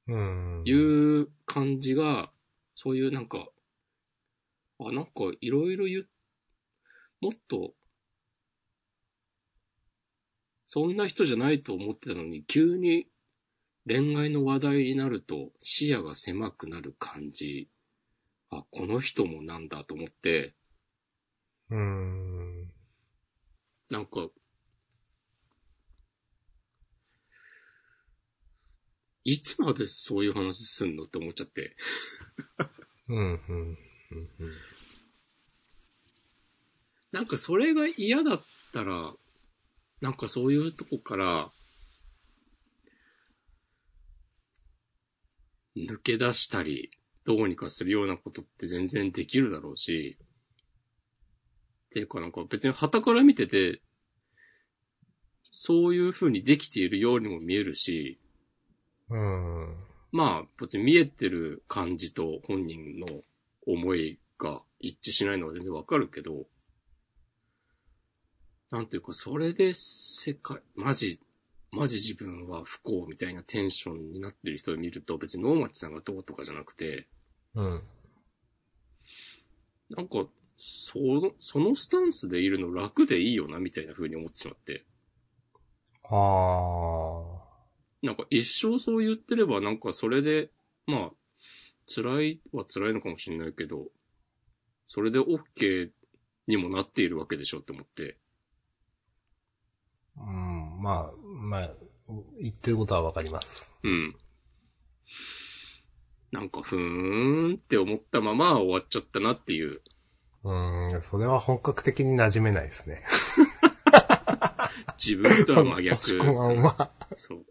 うん。いう感じが、そういうなんか、あ、なんかいろいろ言う、もっと、そんな人じゃないと思ってたのに、急に恋愛の話題になると視野が狭くなる感じ。あ、この人もなんだと思って、うん。なんか、いつまでそういう話すんのって思っちゃって。うん、うん。うんなんかそれが嫌だったら、なんかそういうとこから、抜け出したり、どうにかするようなことって全然できるだろうし、っていうかなんか別に旗から見てて、そういう風にできているようにも見えるし、うん。うん。まあ、別に見えてる感じと本人の思いが一致しないのは全然わかるけど、なんていうか、それで世界、マジ、マジ自分は不幸みたいなテンションになってる人を見ると、別に能町さんがどうとかじゃなくて、うん。なんか、その、そのスタンスでいるの楽でいいよな、みたいな風に思ってしまって。ああ。なんか一生そう言ってれば、なんかそれで、まあ、辛いは辛いのかもしれないけど、それで OK にもなっているわけでしょって思って。うん、まあ、まあ、言ってることはわかります。うん。なんか、ふーんって思ったまま終わっちゃったなっていう。うん、それは本格的に馴染めないですね。自分とは真押し 逆。込まんは。そう。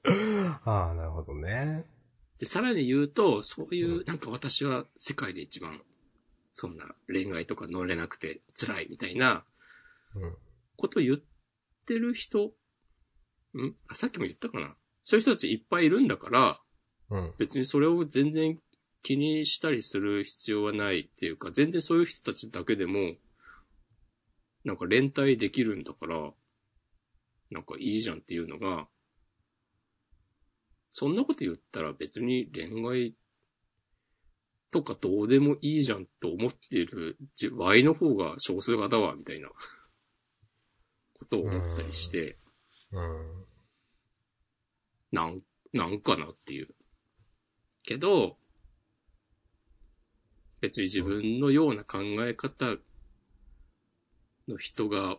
ああ、なるほどね。で、さらに言うと、そういうう、なんか私は世界で一番、そんな恋愛とか乗れなくて辛いみたいな、うん。こと言ってる人、んあ、さっきも言ったかなそういう人たちいっぱいいるんだから、うん。別にそれを全然気にしたりする必要はないっていうか、全然そういう人たちだけでも、なんか連帯できるんだから、なんかいいじゃんっていうのが、そんなこと言ったら別に恋愛とかどうでもいいじゃんと思っている自イの方が少数派だわ、みたいなことを思ったりして、うん。なん、なんかなっていう。けど、別に自分のような考え方の人が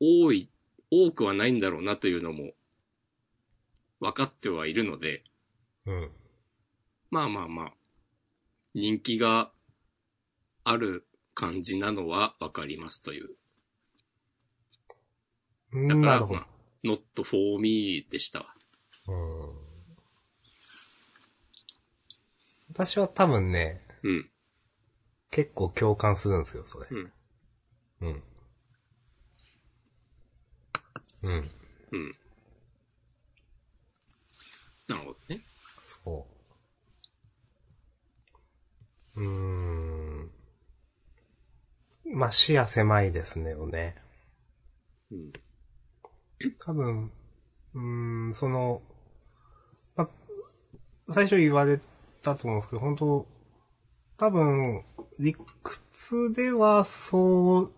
多い、多くはないんだろうなというのも分かってはいるので、うん。まあまあまあ、人気がある感じなのは分かりますという。うんだかなら、るほまあ、not for me でしたわ。ど。うん。私は多分ね、うん。結構共感するんですよ、それ。うん。うん。うん。うん。なるほどね。そう。うーん。まあ、視野狭いですね、よね。うん。 多分、うーん、その、まあ、最初言われたと思うんですけど、本当多分、理屈ではそう、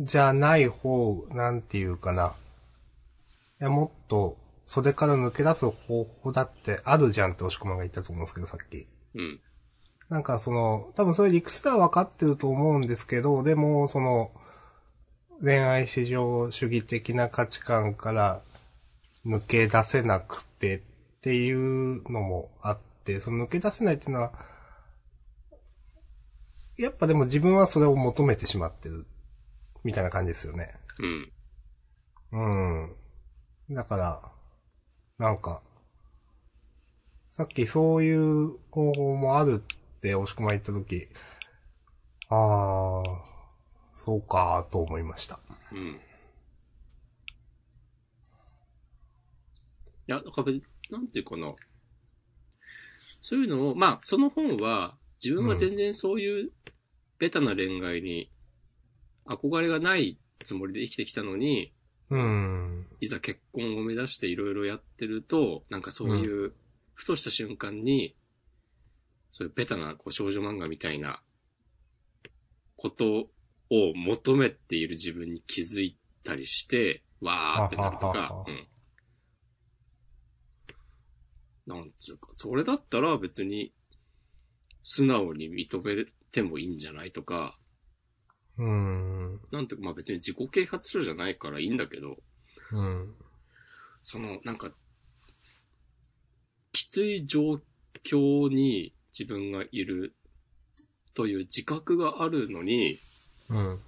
じゃない方、なんていうかな。いや、もっと、それから抜け出す方法だってあるじゃんって押し込まんが言ったと思うんですけど、さっき。うん。なんかその、多分そういう理屈では分かってると思うんですけど、でも、その、恋愛至上主義的な価値観から抜け出せなくてっていうのもあって、その抜け出せないっていうのは、やっぱでも自分はそれを求めてしまってる、みたいな感じですよね。うん。うん。だから、なんか、さっきそういう方法もあるって、押し込ま言ったとき、あー、そうかーと思いました。うん。いや、だから別になんていうかな。そういうのを、まあ、その本は、自分は全然そういう、ベタな恋愛に、憧れがないつもりで生きてきたのに、うん。いざ結婚を目指していろいろやってると、なんかそういう、ふとした瞬間に、そういうベタなこう少女漫画みたいなことを求めている自分に気づいたりして、わーってなるとはははかは、うん。なんつうか、それだったら別に、素直に認めてもいいんじゃないとか、うん。なんとか、まあ別に自己啓発書じゃないからいいんだけど、うん。その、なんか、きつい状況に自分がいるという自覚があるのに、うん。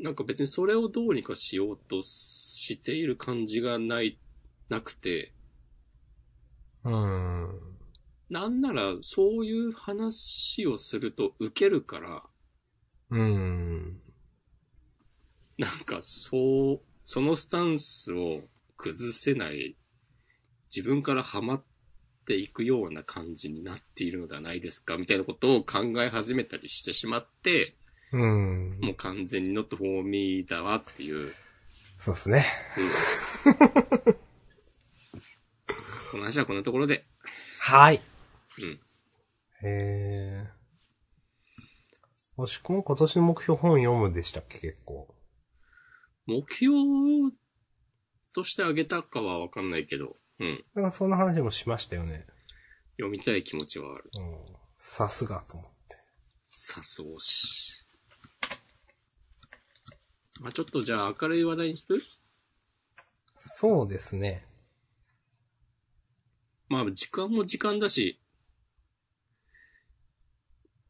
なんか別にそれをどうにかしようとしている感じがない、なくて、うん。なんならそういう話をすると受けるから、うん。なんか、そう、そのスタンスを崩せない、自分からハマっていくような感じになっているのではないですかみたいなことを考え始めたりしてしまって、うん。もう完全に not for me だわっていう。そうですね。 この話はこんなところで。はい。うん。えー。もしくも今年の目標本読むでしたっけ、結構。目標としてあげたかはわかんないけど、うん。なんかそんな話もしましたよね。読みたい気持ちはある。うん。さすがと思って。さそうし。まあちょっとじゃあ明るい話題にするそうですね。まあ、時間も時間だし、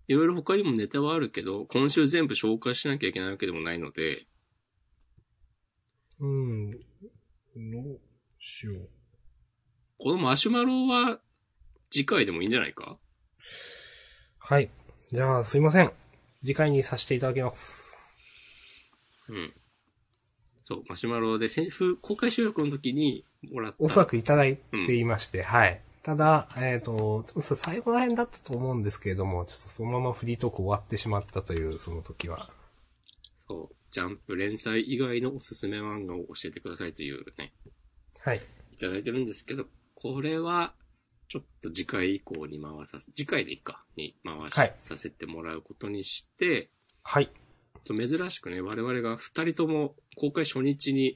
いろいろ他にもネタはあるけど、今週全部紹介しなきゃいけないわけでもないので、うん。どうしよう。このマシュマロは次回でもいいんじゃないかはい。じゃあ、すいません。次回にさせていただきます。うん。そう、マシュマロで先週、公開収録の時にもらった。おそらくいただいていまして、はい。ただ、えっ、と、そう最後ら辺だったと思うんですけれども、ちょっとそのままフリートーク終わってしまったという、その時は。そう、ジャンプ連載以外のおすすめ漫画を教えてくださいというね、はい。いただいてるんですけど、これは、ちょっと次回以降に回させ、次回でいいか、に回し、はいさせてもらうことにして、はい。ちょっと珍しくね、我々が二人とも公開初日に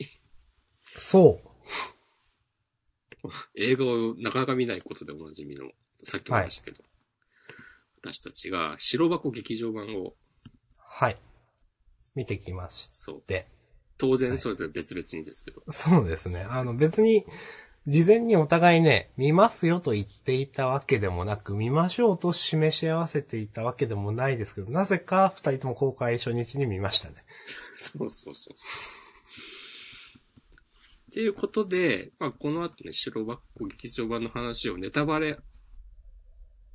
そう。映画をなかなか見ないことでおなじみの、さっきも言いましたけど、私たちが白箱劇場版を、はい。見てきましそう、て。当然それぞれ別々にですけど、 そうですね。あの別に、事前にお互いね、見ますよと言っていたわけでもなく、見ましょうと示し合わせていたわけでもないですけど、なぜか二人とも公開初日に見ましたね。そうそうそうそう。っていうことで、まあこの後ね、白箱劇場版の話をネタバレ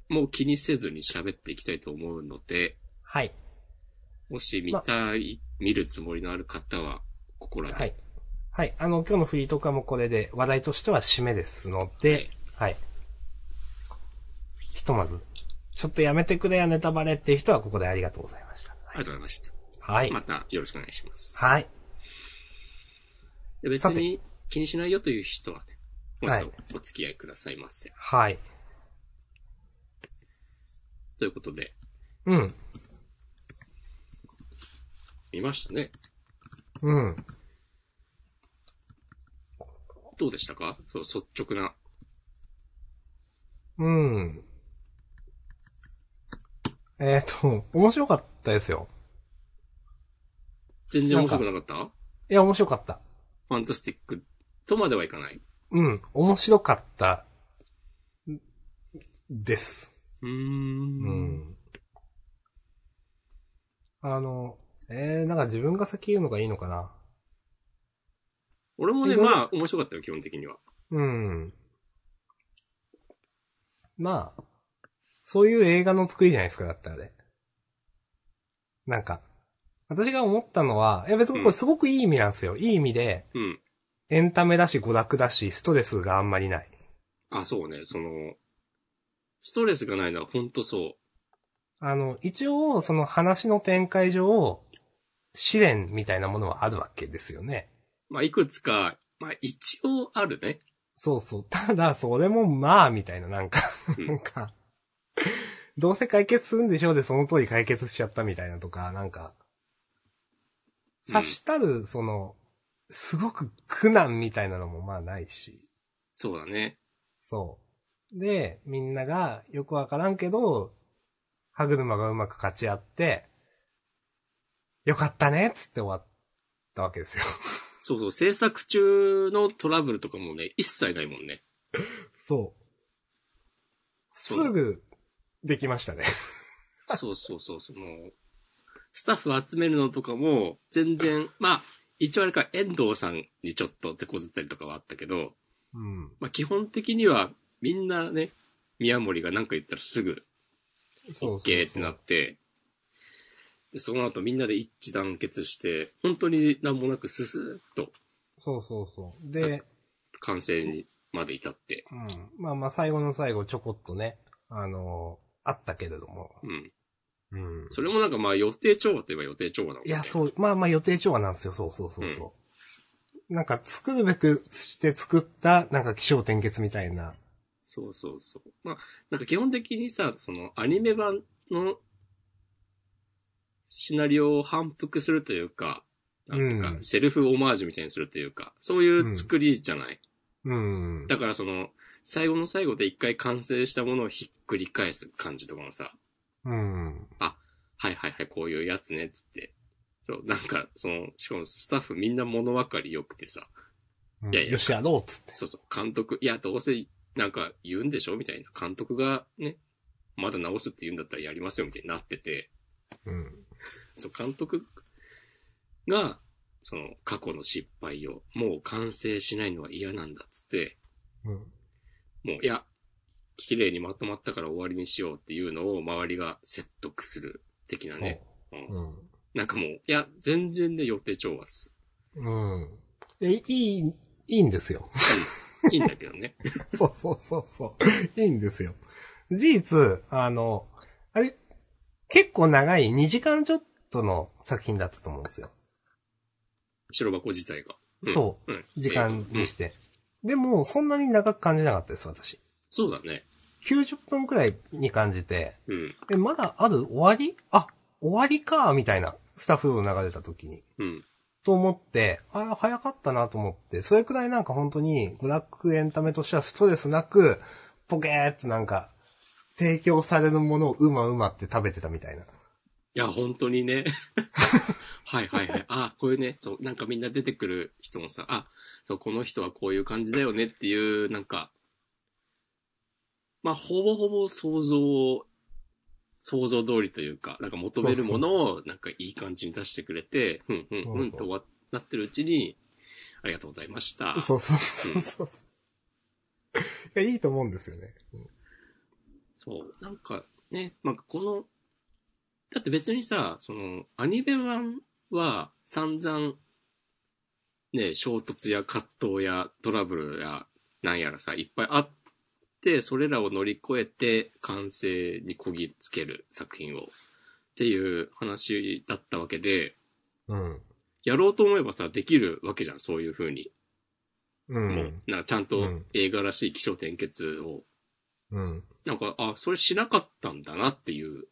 も気にせずに喋っていきたいと思うので、はい。もし見たい、見るつもりのある方は、ここらで。はい。はい。あの、今日のフリートークはもうこれで、話題としては締めですので、はい。ひとまず、ちょっとやめてくれやネタバレっていう人はここでありがとうございました。ありがとうございました。はい。またよろしくお願いします。はい。で別さてに気にしないよという人はね、もうはいちょっとお付き合いくださいませ。はい。ということで、うん。見ましたね。うん。どうでしたかそう、率直な。うん。えっ、と、面白かったですよ。全然面白くなかったいや、面白かった。ファンタスティックとまではいかない。うん、面白かった。です。うー。うんん。あの、えー、なんか自分が先言うのがいいのかな。俺もね、いろいろまあ、面白かったよ、基本的には。うん。まあ、そういう映画の作りじゃないですか、だったらね。なんか、私が思ったのは、いや別にこれすごくいい意味なんですよ。いい意味で、うん。エンタメだし、娯楽だし、ストレスがあんまりない。あ、そうね、その、ストレスがないのは本当そあの、一応、その話の展開上、試練みたいなものはあるわけですよね。う。まあ、いくつか、まあ、一応あるね。そうそう。ただ、それもまあ、みたいな、なんかう、んなんか、どうせ解決するんでしょうで、その通り解決しちゃったみたいなとか、なんか、うんさしたる、その、すごく苦難みたいなのもまあないし。そうだね。そう。で、みんながよくわからんけど、歯車がうまく勝ち合って、よかったねっつって終わったわけですよ。 そうそう、制作中のトラブルとかもね、一切ないも んね。そう。すぐ、できましたね。 そうそうそう、その、スタッフ集めるのとかも、全然、まあ、一応あれか、遠藤さんにちょっと手こずったりとかはあったけど、うん。まあ基本的には、みんなね、宮森が何か言ったらすぐそうそうそう。 OK ってなって、で、その後みんなで一致団結して、本当になんもなくススーッとそうそうそう。で、完成にまで至って、うん。まあまあ、最後の最後、ちょこっとね、あのーあったけれども。うん。うん。それもなんかまあ予定調和といえば予定調和だもんいや、そう、まあまあ予定調和なんですよ。そうそうそうそう。なんか、作るべくして作った、なんか、気象転結みたいな。そうそうそう。まあ、なんか基本的にさ、そのアニメ版のシナリオを反復するというか、なんていうか、うんセルフオマージュみたいにするというか、そういう作りじゃない。うん。だからその、最後の最後で一回完成したものをひっくり返す感じとかもさ、うん。はいはいはい、こういうやつね、つって。そう、なんか、その、しかもスタッフみんな物分かり良くてさ、いやいやよし、やろうっつって。そうそう、監督、いや、どうせ、なんか言うんでしょみたいな。監督がね、まだ直すって言うんだったらやりますよ、みたいになってて、うん。そう、監督が、その、過去の失敗を、もう完成しないのは嫌なんだ、つって、うん。もう、いや、綺麗にまとまったから終わりにしようっていうのを周りが説得する的なね。うんそう。うん。なんかもう、いや、全然ね、予定調和っす。うん。え、いい、いいんですよ。 いいんだけどね。 そうそうそうそう。いいんですよ。事実、あの、あれ、結構長い2時間ちょっとの作品だったと思うんですよ。白箱自体が。うんそうん。う。時間ええうにんして。でも、そんなに長く感じなかったです、私。そうだね。 90分くらいに感じて、うん。え、まだある終わりあ、終わりか、みたいな、スタッフの流れた時に。うん。と思って、あ早かったなと思って、それくらいなんか本当に、娯楽エンタメとしてはストレスなく、ポケーってなんか、提供されるものをうまうまって食べてたみたいな。いや、本当に ね。はいはいはい。あ、こういうね、そう、なんかみんな出てくる人もさ、あ、そう、この人はこういう感じだよねっていう、なんか、まあ、ほぼほぼ想像を、想像通りというか、なんか求めるものを、なんかいい感じに出してくれて、うんうんそううんと終わっなってるうちに、ありがとうございました。そうそうそうそう。いや、いいと思うんですよね。そう。なんかね、まあ、この、だって別にさ、その、アニメ版は散々、ね、衝突や葛藤やトラブルや、なんやらさ、いっぱいあって、それらを乗り越えて完成にこぎつける作品を、っていう話だったわけで、うん。やろうと思えばさ、できるわけじゃん、そういう風に。う。、もうんなんかちゃんうとん映画らしい気象転結を、うん。なんか、あ、それしなかったんだなっていう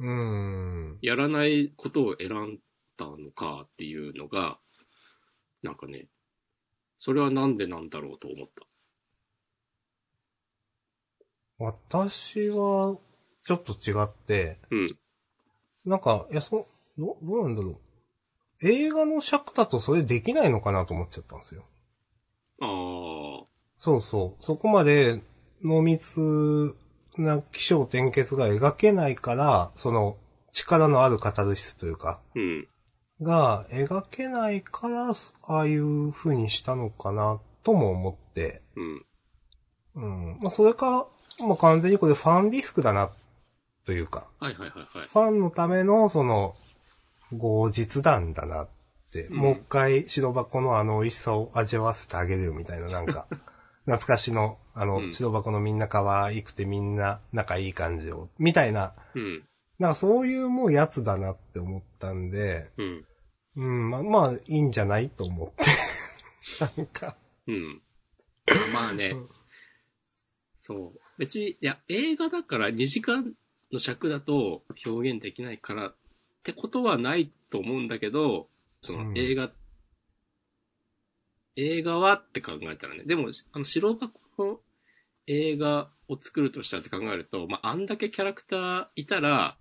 うん。やらないことを選んだのかっていうのが、なんかね、それはなんでなんだろうと思った。私は、ちょっと違って、うん。なんか、いや、そ、ど、どうなんだろう。映画の尺だとそれできないのかなと思っちゃったんですよ。ああ、そうそう。そこまで濃密な気象転結が描けないから、その力のあるカタルシスというか、うん。が描けないから、ああいう風にしたのかなとも思って、うん。うん。まあ、それか、まあ、完全にこれファンディスクだな、というか、はいはいはいはい。ファンのための、その、後日談だなって、んもう一回白箱のあの美味しさを味わわせてあげるよみたいな、なん か、懐かしの、あの、うん白箱のみんな可愛くてみんな仲いい感じを、みたいな、うん。なんかそういうもうやつだなって思ったんで、うん。うん、まあ、まあ、いいんじゃないと思って。 なんか、うん。まあね、そう。別に、いや、映画だから2時間の尺だと表現できないからってことはないと思うんだけど、そのうん映画、映画はって考えたらね、でも、あの、白箱の映画を作るとしたらって考えると、まあ、あんだけキャラクターいたら、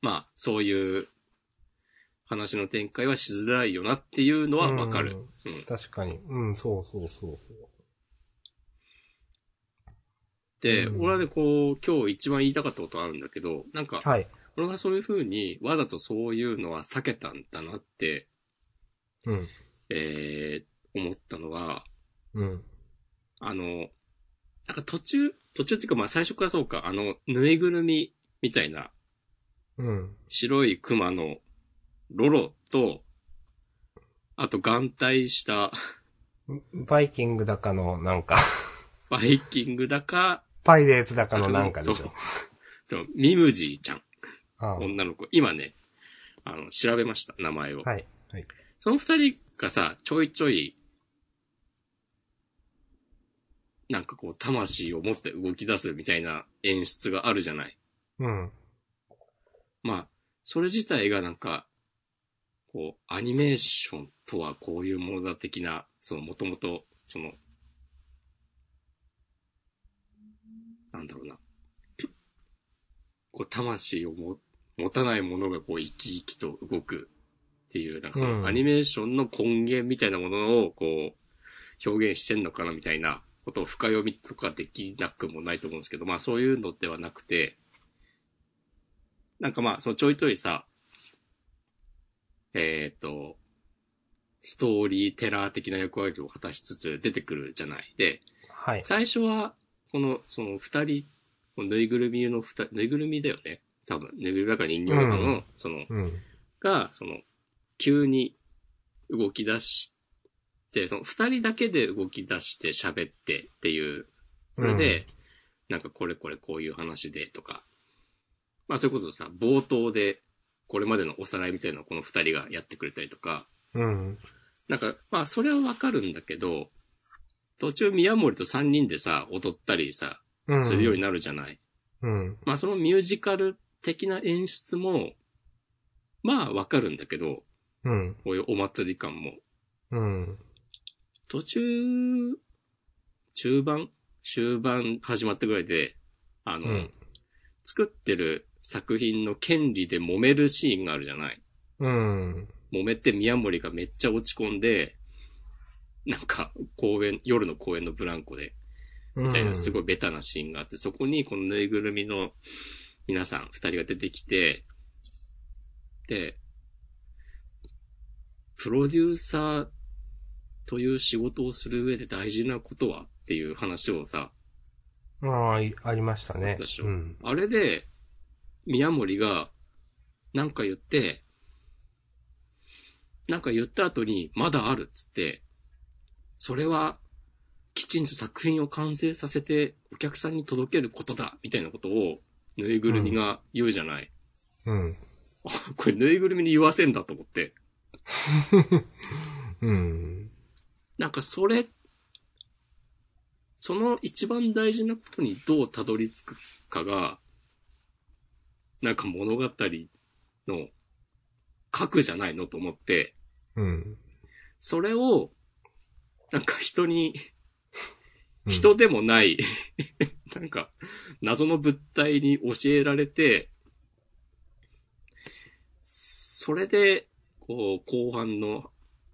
まあ、そういう、話の展開はしづらいよなっていうのはわかる。うんうん確かに。うん、そうそうそうそう。で、うん俺はね、こう、今日一番言いたかったことあるんだけど、なんか、はい。俺がそういう風に、わざとそういうのは避けたんだなって、うん。えー、思ったのは、うん。あの、なんか途中、途中っていうかまあ最初からそうか、あの、ぬいぐるみみたいなうん。白いクマのロロと、あと眼帯した バイキングだかのなんか、バイキングだか、パイレーツだかのなんかでしそうょ。そうミムジーちゃん、ああ女の子。今ね、あの、調べました、名前を。はい。はい。その二人がさ、ちょいちょい、なんかこう、魂を持って動き出すみたいな演出があるじゃない。うん。まあ、それ自体がなんか、こう、アニメーションとはこういうものだ的な、その、もともと、その、なんだろうな。こう、魂をも持たないものがこう、生き生きと動くっていう、なんかそうんの、アニメーションの根源みたいなものを、こう、表現してんのかなみたいなことを深読みとかできなくもないと思うんですけど、まあそういうのではなくて、なんかまあ、そのちょいちょいさ、えっ、と、ストーリーテラー的な役割を果たしつつ出てくるじゃない。で、はい。最初は、この、その二人、このぬいぐるみの二人、ぬいぐるみだよね。多分、ぬいぐるみだから人形だかの、うんその、うん。が、その、急に動き出して、その二人だけで動き出して喋ってっていう、それで、なんかこれこれこういう話でとか、まあそういうことさ、冒頭でこれまでのおさらいみたいなのをこの二人がやってくれたりとか、うん。なんか、まあそれはわかるんだけど、途中宮森と三人でさ、踊ったりさ、うん。するようになるじゃない。うん。まあそのミュージカル的な演出も、まあわかるんだけど、うん。こういうお祭り感も。うん。途中、中盤終盤始まったぐらいで、あの、うん作ってる作品の権利で揉めるシーンがあるじゃない。うん。揉めて宮森がめっちゃ落ち込んで、なんか公園、夜の公園のブランコで、みたいなすごいベタなシーンがあって、そこにこのぬいぐるみの皆さん二人が出てきて、で、プロデューサーという仕事をする上で大事なことはっていう話をさ、い。ああ、いありましたあねったで。しょうん。あれで、宮森がなんか言って、なんか言った後にまだあるっつって、それはきちんと作品を完成させてお客さんに届けることだみたいなことをぬいぐるみが言うじゃない。うん。これぬいぐるみに言わせんだと思って。うん。なんかそれ、その一番大事なことにどうたどり着くかが、なんか物語の核じゃないのと思って、うん。それを、なんか人に、人でもない、 なんか謎の物体に教えられて、それで、こう、後半の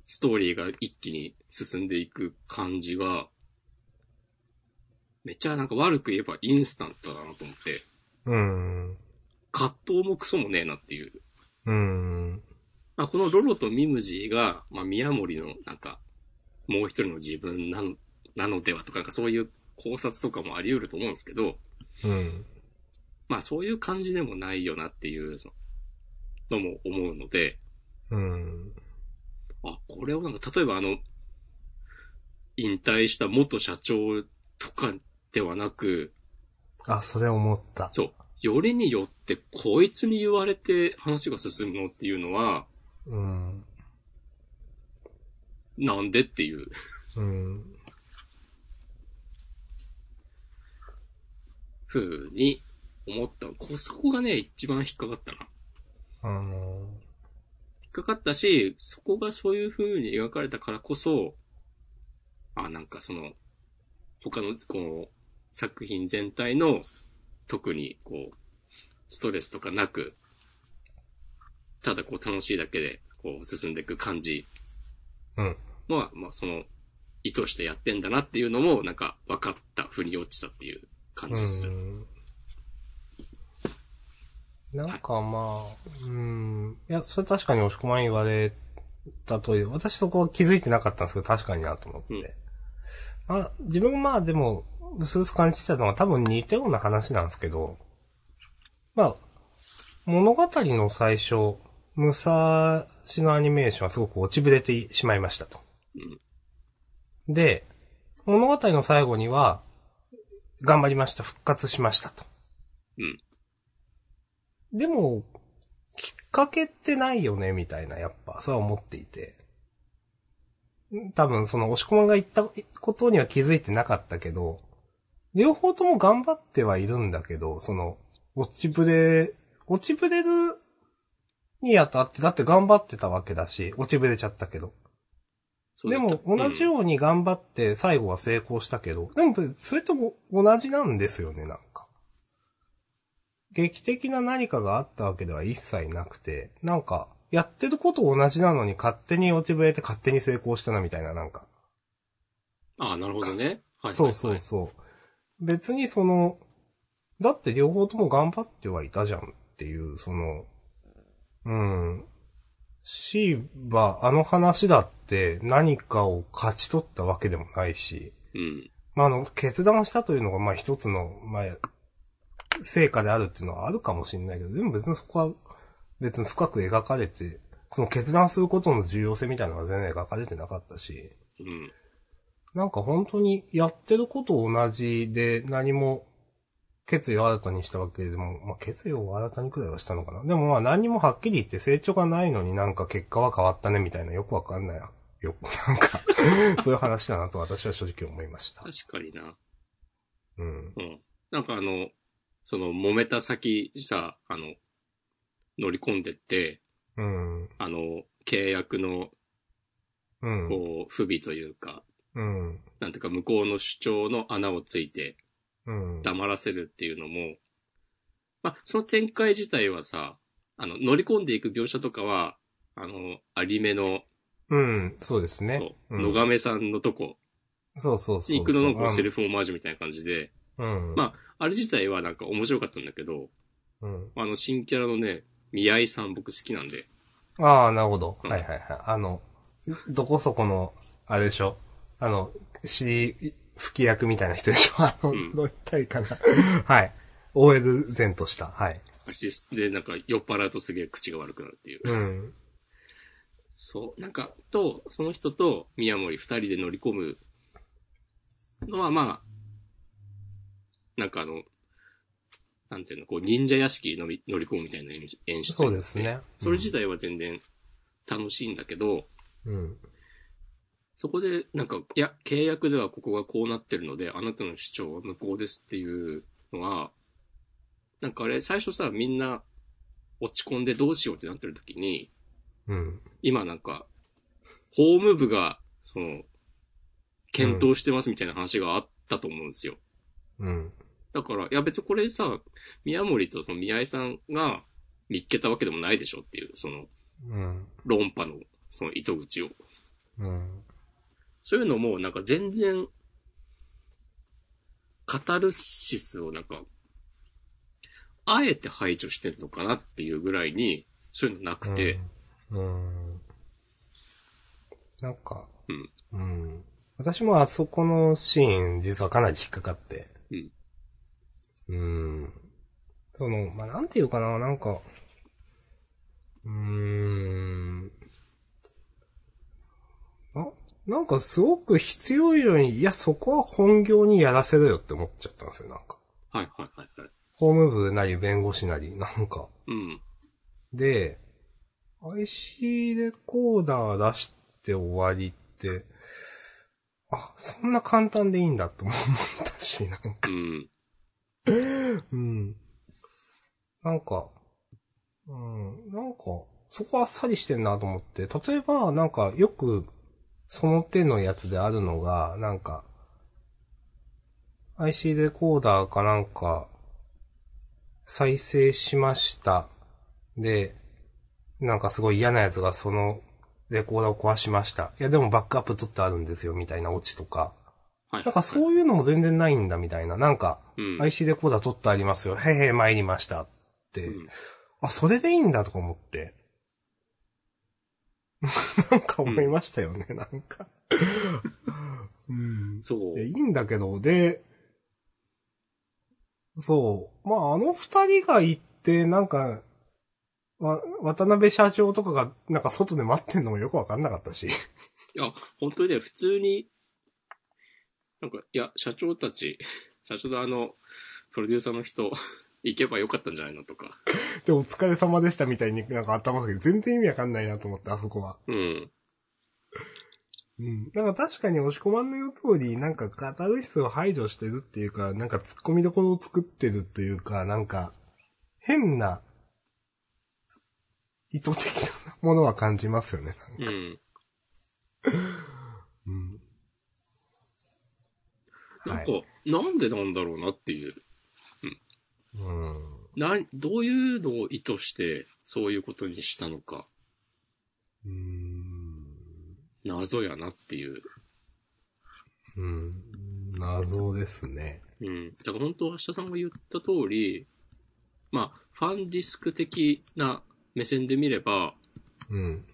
ストーリーが一気に進んでいく感じが、めっちゃなんか悪く言えばインスタントだなと思って、うん。葛藤もクソもねえなっていう。うん。まあ、このロロとミムジーが、まあ、宮森の、なんか、もう一人の自分なの、なのではとか、なんかそういう考察とかもあり得ると思うんですけど、うん。まあ、そういう感じでもないよなっていう、その、のも思うので、うん。あ、これをなんか、例えばあの、引退した元社長とかではなく、あ、それ思った。そう、よりによってこいつに言われて話が進むのっていうのは、うん。なんでっていう。うん。ふうに思った。こ、そこがね、一番引っかかったな。あの引っかかったし、そこがそういう風に描かれたからこそ、あ、なんかその、他の、この、作品全体の、特に、こう、ストレスとかなく、ただこう楽しいだけで、こう進んでいく感じうん。は、まあその、意図してやってんだなっていうのも、なんか分かった、腑に落ちたっていう感じっす。うんなんかまあ、うん。いや、それ確かに押し込まん言われたという、私そこは気づいてなかったんですけど、確かになと思って。うんあ自分まあでも、うすうす感じてたのは多分似たような話なんですけど、まあ、物語の最初、武蔵のアニメーションはすごく落ちぶれてしまいましたと。で、物語の最後には、頑張りました、復活しましたと。うん。でも、きっかけってないよね、みたいな、やっぱ、そうは思っていて。多分、その、押し込まんが言ったことには気づいてなかったけど、両方とも頑張ってはいるんだけど、その、落ちぶれ、落ちぶれるにあたって、だって頑張ってたわけだし、落ちぶれちゃったけど。そうでだったも、同じように頑張って最後は成功したけど、でも、それとも同じなんですよね、なんか。劇的な何かがあったわけでは一切なくて、なんか、やってること同じなのに勝手に落ちぶれて勝手に成功したな、みたいな、なんか。ああ、なるほどね。はい。そうそはういそう。別にその、だって両方とも頑張ってはいたじゃんっていう、その、うん。シーバ、あの話だって何かを勝ち取ったわけでもないし、はい。うん。まあ、あの、決断したというのが、まあ一つの、まあ、成果であるっていうのはあるかもしれないけど、でも別にそこは、別に深く描かれて、その決断することの重要性みたいなのが全然描かれてなかったし、うん。なんか本当にやってること同じで何も決意を新たにしたわけでも、まあ、決意を新たにくらいはしたのかな。でもまあ何にもはっきり言って成長がないのになんか結果は変わったねみたいなよくわかんない。よく、 なんか、そういう話だなと私は正直思いました。確かにな。うん。うん。なんかあの、その、揉めた先にさ、あの、乗り込んでって、うん。あの、契約の、うん。こう、不備というか、うん。なんていうか、向こうの主張の穴をついてうん。黙らせるっていうのも、まあ、その展開自体はさ、あの、乗り込んでいく描写とかは、あの、アニメの、うん。そうですね。そう、ん野亀さんのとこ、そうそうそう。に行くののこうセルフ。フオマージュみたいな感じで、うん。まあれ自体はなんか面白かったんだけど、うん。あの、新キャラのね、宮井さん僕好きなんで、ああ、なるほど。うんはいはいはい。あの、どこそこの、あれでしょあの、尻吹き役みたいな人でしょあの、うんどう言ったらいいかな。 はい。OL 前とした。はい。アシスでなんか酔っ払うとすげえ口が悪くなるっていう。うん。そう、なんか、と、その人と宮森二人で乗り込むのは、まあ、なんかあの、なんていうの、こう、忍者屋敷に乗り乗り込むみたいな演出演出。そうです。ね。それ自体は全然楽しいんだけど、うん。そこで、なんか、いや、契約ではここがこうなってるので、あなたの主張は無効ですっていうのは、なんかあれ、最初さ、みんな落ち込んでどうしようってなってる時に、うん。今なんか、法務部が、その、検討してますみたいな話があったと思うんですよ。うん。だから、いや別にこれさ、宮森とその宮井さんが見っけたわけでもないでしょっていう、その、うん。論破の、その糸口を。うん。そういうのも、なんか全然、カタルシスをなんか、あえて排除してんのかなっていうぐらいに、そういうのなくて、うん。なんか、ううんん。私もあそこのシーン、実はかなり引っかかって。うんうん。その、まあ、なんていうかな、なんか、うーん。な、なんかすごく必要以上に、いや、そこは本業にやらせろよって思っちゃったんですよ、なんか。はいはいはいはい。法務部なり弁護士なり、なんか。うん。で、IC レコーダー出して終わりって、あ、そんな簡単でいいんだと思ったし、なんか、うん。うん。なんか、うん、なんか、そこあっさりしてんなと思って、例えば、なんか、よく、その手のやつであるのが、なんか、IC レコーダーかなんか、再生しました。で、なんかすごい嫌なやつがそのレコーダーを壊しました。いやでもバックアップ取ってあるんですよみたいなオチとか。はい。なんかそういうのも全然ないんだみたいな。なんかうん。 IC レコーダー取ってありますよ。へいへい参りましたって。うんあ、それでいいんだとか思って。 なんか思いましたよね、なんか。うん。そういや、い。いんだけど、で、そう。まあ、あの二人が行って、なんか、わ、渡辺社長とかが、なんか外で待ってんのもよくわかんなかったし。いや、本当にね、普通に、なんか、いや、社長たち、 社長のあの、プロデューサーの人、行けばよかったんじゃないのとか。で、お疲れ様でしたみたいになんか頭がけど、全然意味わかんないなと思って、あそこは。うん。うん。なんか確かに押し込まんの言う通り、なんかカタルシスを排除してるっていうか、なんか突っ込みどころを作ってるっていうか、なんか、変な、意図的なものは感じますよね。うん。 うん。なんか、なんでなんだろうなっていう。うん。なん、どういうのを意図して、そういうことにしたのか、うーん。謎やなっていう。うん。謎ですね。うん。だから本当、明日さんが言った通り、まあ、ファンディスク的な目線で見れば、うん。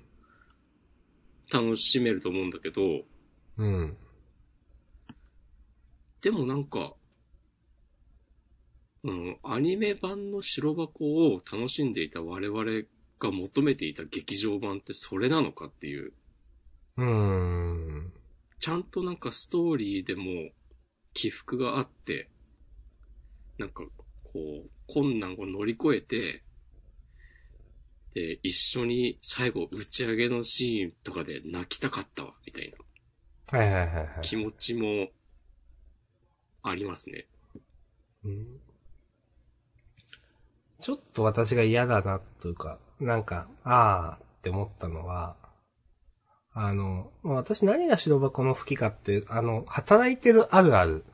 楽しめると思うんだけど、うん。でもなんか、うん、アニメ版の白箱を楽しんでいた我々が求めていた劇場版ってそれなのかっていう、うーん。ちゃんとなんかストーリーでも起伏があって、なんかこう、困難を乗り越えて、で、一緒に最後打ち上げのシーンとかで泣きたかったわ、みたいなはいはいはいはい。気持ちもありますね。うんちょっと私が嫌だなというか、なんか、あーって思ったのは、あの、まあ私何が白箱の好きかって、あの、働いてるあるある、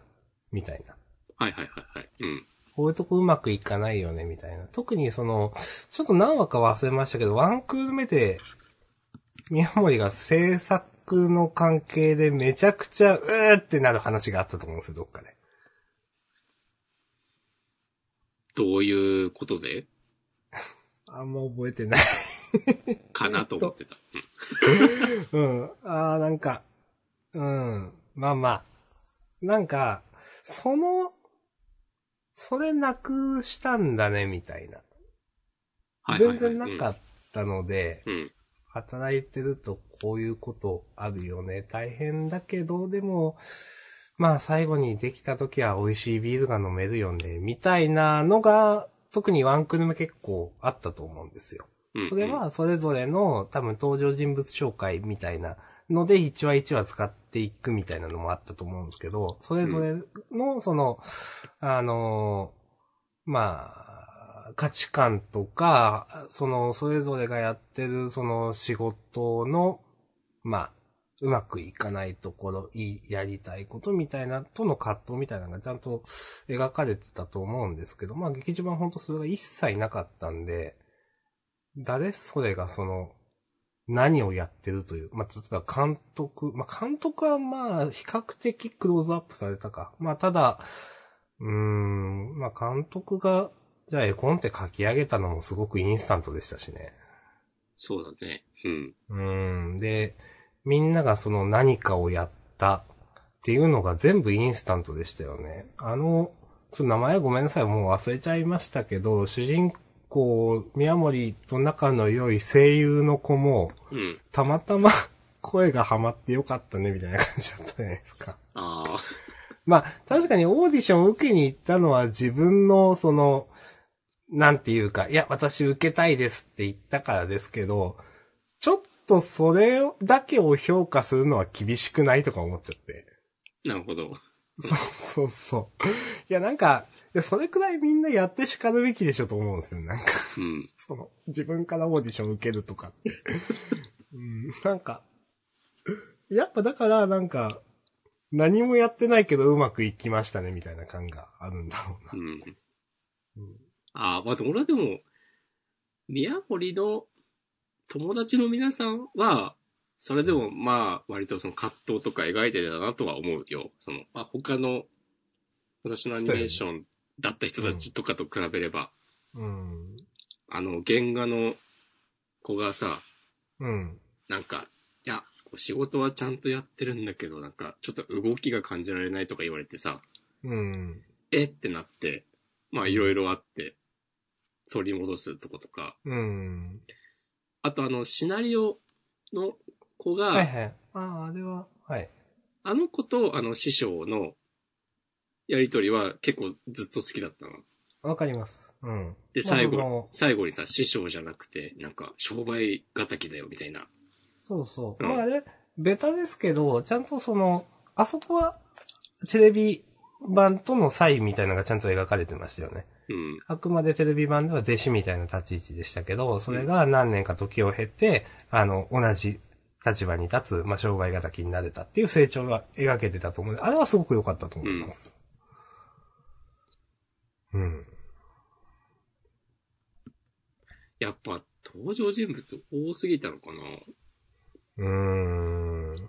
みたいな。はいはいはいはい。うん。こういうとこうまくいかないよね、みたいな。特にその、ちょっと何話か忘れましたけど、ワンクール目で、宮森が制作の関係でめちゃくちゃ、うーってなる話があったと思うんですよ、どっかで。どういうことであんま覚えてない。かなと思ってた。うん。ああ、なんか、うん。まあまあ。なんか、その、それなくしたんだね、みたいな。はいはい全はい然なかったので、うん。働いてるとこういうことあるよね。大変だけど、でも、まあ最後にできた時は美味しいビールが飲めるよね、みたいなのが、特にワンクルム結構あったと思うんですよ。うんそれ、はそれぞれの多分登場人物紹介みたいなので一話一話使っていくみたいなのもあったと思うんですけど、それぞれのその、あのー、まあ、価値観とか、その、それぞれがやってるその仕事の、まあ、うまくいかないところ、いい、やりたいことみたいな、との葛藤みたいなのがちゃんと描かれてたと思うんですけど、まあ劇場版ほんとそれが一切なかったんで、誰それがその、何をやってるという。まあ、例えば監督。まあ、監督はまあ、比較的クローズアップされたか。まあ、ただ、うーん、まあ、監督が、じゃあ絵コンって書き上げたのもすごくインスタントでしたしね。そうだね。うん。うーん。で、みんながその何かをやったっていうのが全部インスタントでしたよね。あの、ちょっと名前はごめんなさい、もう忘れちゃいましたけど、主人公、宮森と仲の良い声優の子も、うん。たまたま 声がハマってよかったね、みたいな感じだったじゃないですか。ああ、まあ、確かにオーディションを受けに行ったのは自分の、その、なんていうか、いや、私受けたいですって言ったからですけど、ちょっとそれだけを評価するのは厳しくないとか思っちゃって。 なるほど。そうそうそう。いや、なんか、いやそれくらいみんなやって叱るべきでしょと思うんですよね。なんか、うん。その、自分からオーディション受けるとかって。 うん、なんか、やっぱだから、なんか、何もやってないけどうまくいきましたね、みたいな感があるんだろうな。うんうん。ああ、まあ、俺はでも、宮森の友達の皆さんは、それでもまあ、割とその葛藤とか描いてたなとは思うよ。その、まあ、他の、私のアニメーションだった人たちとかと比べれば、うん。あの、原画の子がさ、うん。なんか、いや、こう仕事はちゃんとやってるんだけど、なんか、ちょっと動きが感じられないとか言われてさ、うん。えってなって、まあいろいろあって、取り戻すとことか、うん。あとあの、シナリオの子が、はいはい。ああ、あれは、はい。あの子とあの師匠のやりとりは結構ずっと好きだったな。わかります。うん。で、まあ最そ後の、最後にさ、師匠じゃなくて、なんか、商売敵だよ、みたいな。そうそう。うんまああれ、ベタですけど、ちゃんとその、あそこは、テレビ版との差異みたいなのがちゃんと描かれてましたよね。うん。あくまでテレビ版では弟子みたいな立ち位置でしたけど、それが何年か時を経て、あの、同じ立場に立つ、まあ、障害型になれたっていう成長が描けてたと思うので。あれはすごく良かったと思います。うん。やっぱ、登場人物多すぎたのかなうん。うーん。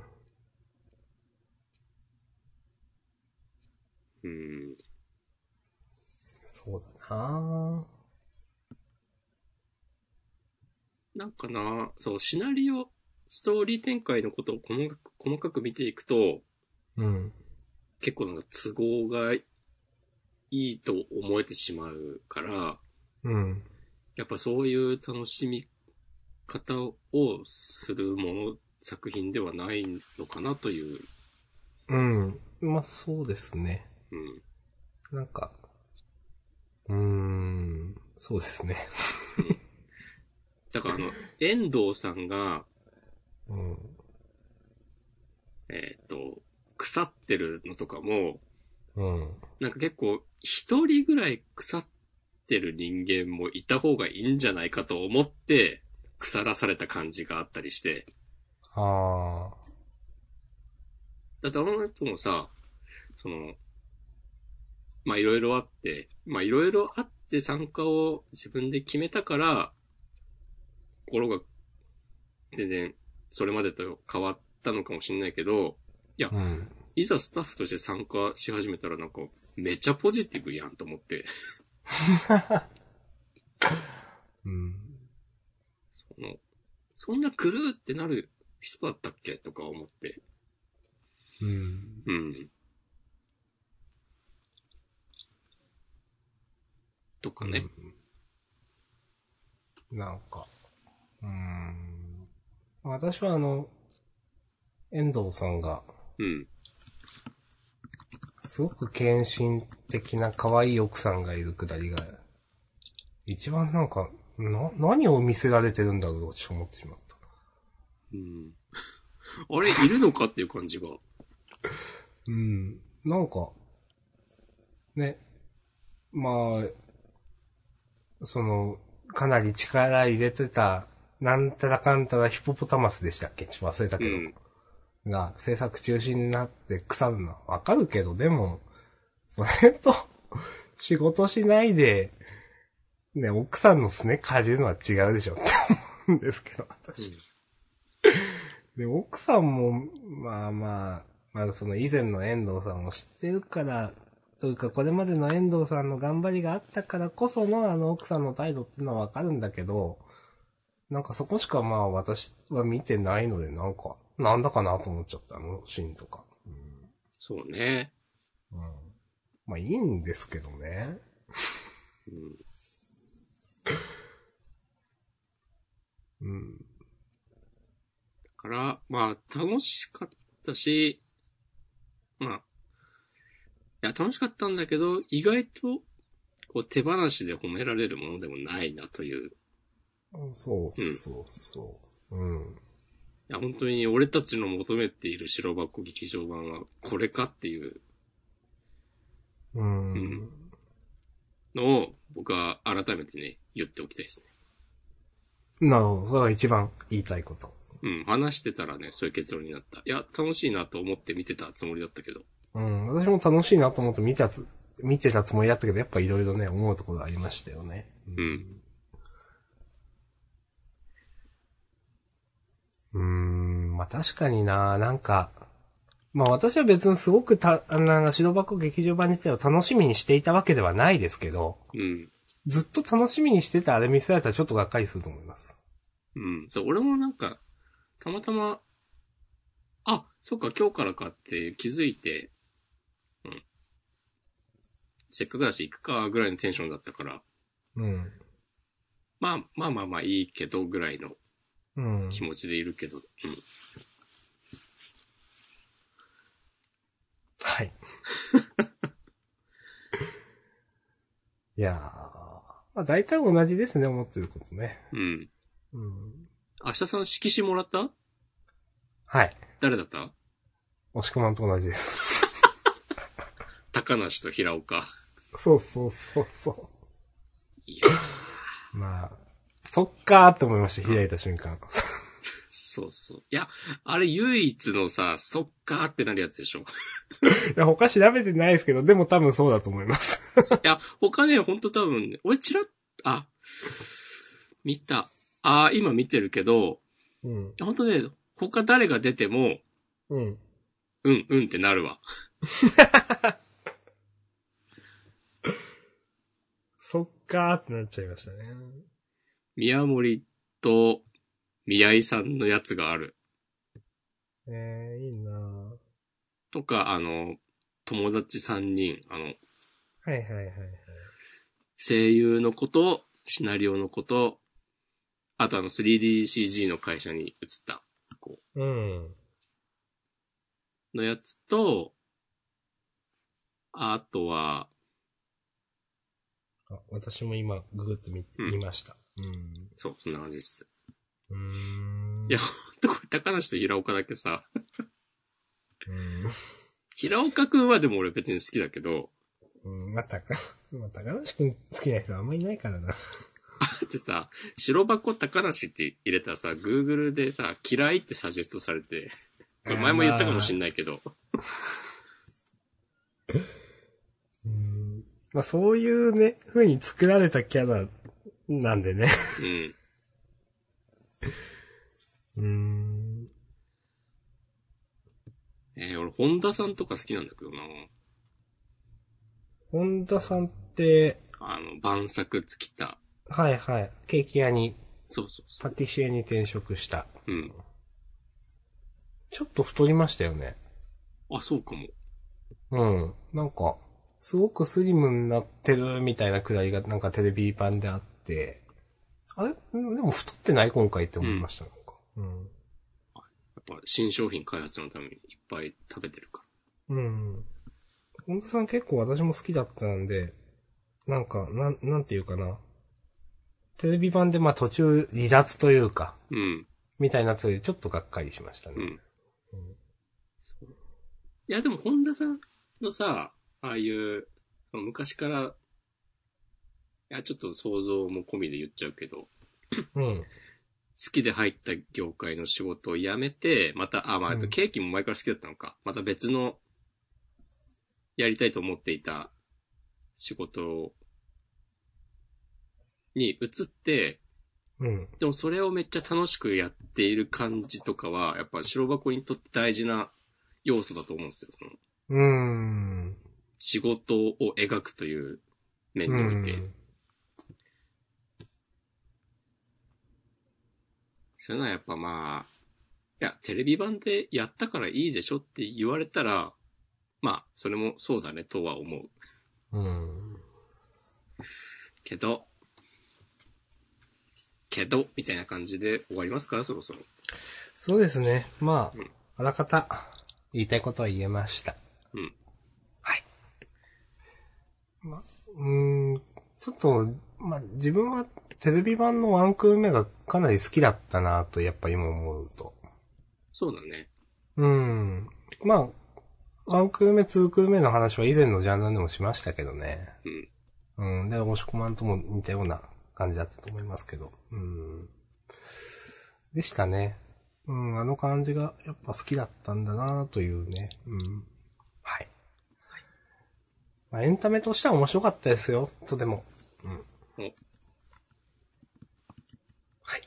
うん。そうだなぁなんかな、そう、シナリオ、ストーリー展開のことを細かく、細かく見ていくと、うん。結構なんか都合がいいと思えてしまうから、うん。やっぱそういう楽しみ方をするもの、作品ではないのかなという、うん。まあ、そうですね。うん。なんか、うーん、そうですね。だからあの、遠藤さんが、うん。えっ、と、腐ってるのとかも、うん。なんか結構、一人ぐらい腐ってる人間もいた方がいいんじゃないかと思って、腐らされた感じがあったりして。あだってあの人もさ、その、まあいろいろあって、まあいろいろあって参加を自分で決めたから、心が全然それまでと変わったのかもしれないけど、あ。うん。いざスタッフとして参加し始めたらなんか、めちゃポジティブやんと思って。うん。その、そんな狂うってなる人だったっけとか思って。うん。うん。とかね。なんか、うーん。私はあの、遠藤さんが、うん。すごく献身的な可愛い奥さんがいるくだりが、一番なんか、な、何を見せられてるんだろうと思ってしまった。うん。 あれ、いるのかっていう感じが。うん。なんか、ね、まあ、その、かなり力入れてた、なんたらかんたらヒポポタマスでしたっけちょっと忘れたうけど。ん。が、制作中止になって腐るのはわかるけど、でも、それと、仕事しないで、ね、奥さんのすねかじるのは違うでしょって思うんですけど、私。で、奥さんも、まあまあ、まだその以前の遠藤さんを知ってるから、というかこれまでの遠藤さんの頑張りがあったからこそのあの奥さんの態度っていうのはわかるんだけど、なんかそこしかまあ私は見てないので、なんか、なんだかなと思っちゃった、あのシーンとか。そうね。うん。まあいいんですけどね。うん。うん。だから、まあ、楽しかったし、まあ、いや、楽しかったんだけど、意外と、こう、手放しで褒められるものでもないなという。そうそうそう。うん。いや、本当に俺たちの求めている白箱劇場版はこれかっていううん。うんのを僕は改めてね、言っておきたいですね。なるほど。それが一番言いたいこと。うん、話してたらね、そういう結論になった。いや、楽しいなと思って見てたつもりだったけど。うん、私も楽しいなと思って見たつ、見てたつもりだったけど、やっぱいろいろね、思うところありましたよね。うん。うーん、まあ確かにな、なんか、まあ私は別にすごくた、あの、白箱劇場版自体を楽しみにしていたわけではないですけど、うん。ずっと楽しみにしてたあれ見せられたらちょっとがっかりすると思います。うん。そう、俺もなんか、たまたま、あ、そっか、今日からかって気づいて、うん。せっかくだし行くか、ぐらいのテンションだったから、うん。まあ、まあまあまあいいけど、ぐらいのうん。気持ちでいるけど、うん。 はい。いやー、まあ大体同じですね、思ってることね。うん。うん。明日さん色紙もらったはい。誰だった押し込まんと同じです。高梨と平岡。そうそうそうそいや、う。まあ、そっかーって思いました、開いた瞬間。 そうそう。いや、あれ唯一のさ、そっかーってなるやつでしょ。いや、他調べてないですけど、でも多分そうだと思います。いや、他ね、ほんと多分ね、俺ちらっ、あ、見た。あー今見てるけど、うん。ほんとね、他誰が出ても、うん。うん、うんってなるわ。そっかーってなっちゃいましたね。宮森と宮井さんのやつがある。えー、いいなーとか、あの、友達3人、あの、はいはいはいはい。声優のこと、シナリオのこと、あとあの 3DCG の会社に移ったうん。のやつと、あとは、あ私も今、ググって見て、うん見ました。うん。そう、そんな感じです。うーんいやと、これ高梨と平岡だけさ、平岡くんはでも俺別に好きだけど、うん。うんまたか、またかなしくん好きな人あんまいないからな。だってさ、白箱高梨って入れたらさ、Google でさ、嫌いってサジェストされて、これ前も言ったかもしんないけど、うん。まあそういうね、風に作られたキャラなんでね。うん。うん。えー、俺、本田さんとか好きなんだけどな。本田さんって、あの、晩作尽きた。はいはい。ケーキ屋に、そうそうそパティシエに転職した。う。うん。ちょっと太りましたよね。あ、そうかも。うん。なんか、すごくスリムになってるみたいなくだりがなんかテレビ版であって、あれんでも太ってない今回って思いました、なんか。やっぱ新商品開発のためにいっぱい食べてるかうん。うん。本田さん結構私も好きだったんで、なんか、なん、なんていうかな。テレビ版でまあ途中離脱というか、ら。うん。みたいになってたりちょっとがっかりしましたね。うん。そういや、でも、本田さんのさ、ああいう、昔から、いや、ちょっと想像も込みで言っちゃうけど、好うん。きで入った業界の仕事を辞めて、また、あ、まあ、あうとんケーキも前から好きだったのか。また別の、やりたいと思っていた仕事に移って、うん。でもそれをめっちゃ楽しくやっている感じとかは、やっぱ白箱にとって大事な要素だと思うんですよ。そのうーん。仕事を描くという面において。うんそういうのはやっぱまあ、いや、テレビ版でやったからいいでしょって言われたら、まあ、それもそうだねとは思ううん。けど、けど、みたいな感じで終わりますかそろそろ。そうですね。まうんあ、あらかた、言いたいことは言えました。うん。はい。まあ、うーん、ちょっと、まあ、自分はテレビ版のワンクール目がかなり好きだったなと、やっぱ今思うと。そうだね。うん。まあ、ワンクール目、ツークール目の話は以前のジャンダンでもしましたけどね。うん。うん。で、押し込まんとも似たような感じだったと思いますけど。うん。でしたね。うん、あの感じがやっぱ好きだったんだなというね。うん。はい。まあ、エンタメとしては面白かったですよ、とても。うん。おはい。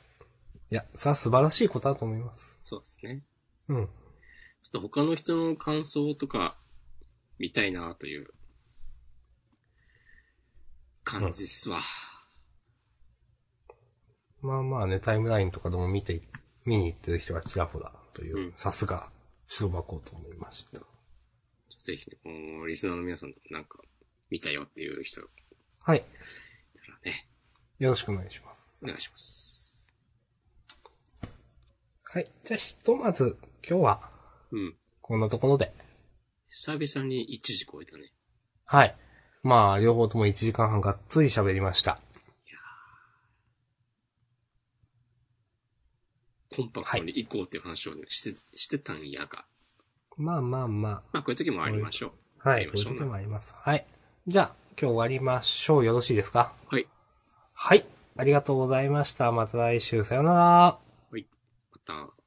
いや、それは素晴らしいことだと思います。そうですね。うん。ちょっと他の人の感想とか、見たいなという、感じっすわ。まあまあね、タイムラインとかでも見て、見に行ってる人がちらほらという、うんさすが、白箱と思いました。ぜひね、こうリスナーの皆さんなんか、見たよっていう人いはい。たらね、よろしくお願いします。お願いします。はい。じゃあ、ひとまず、今日は、うん。こんなところで。久々に1時超えたね。はい。まあ、両方とも1時間半がっつり喋りました。コンパクトに行こうっていう話をね、して、してたんやが。まあまあままあ、こういう時もありましょあ。はあい。こりまういしうょうこともあります。はい。じゃあ、今日終わりましょう。よろしいですかう。はい。はい。ありがとうございました。また来週。さよなら。はい。また。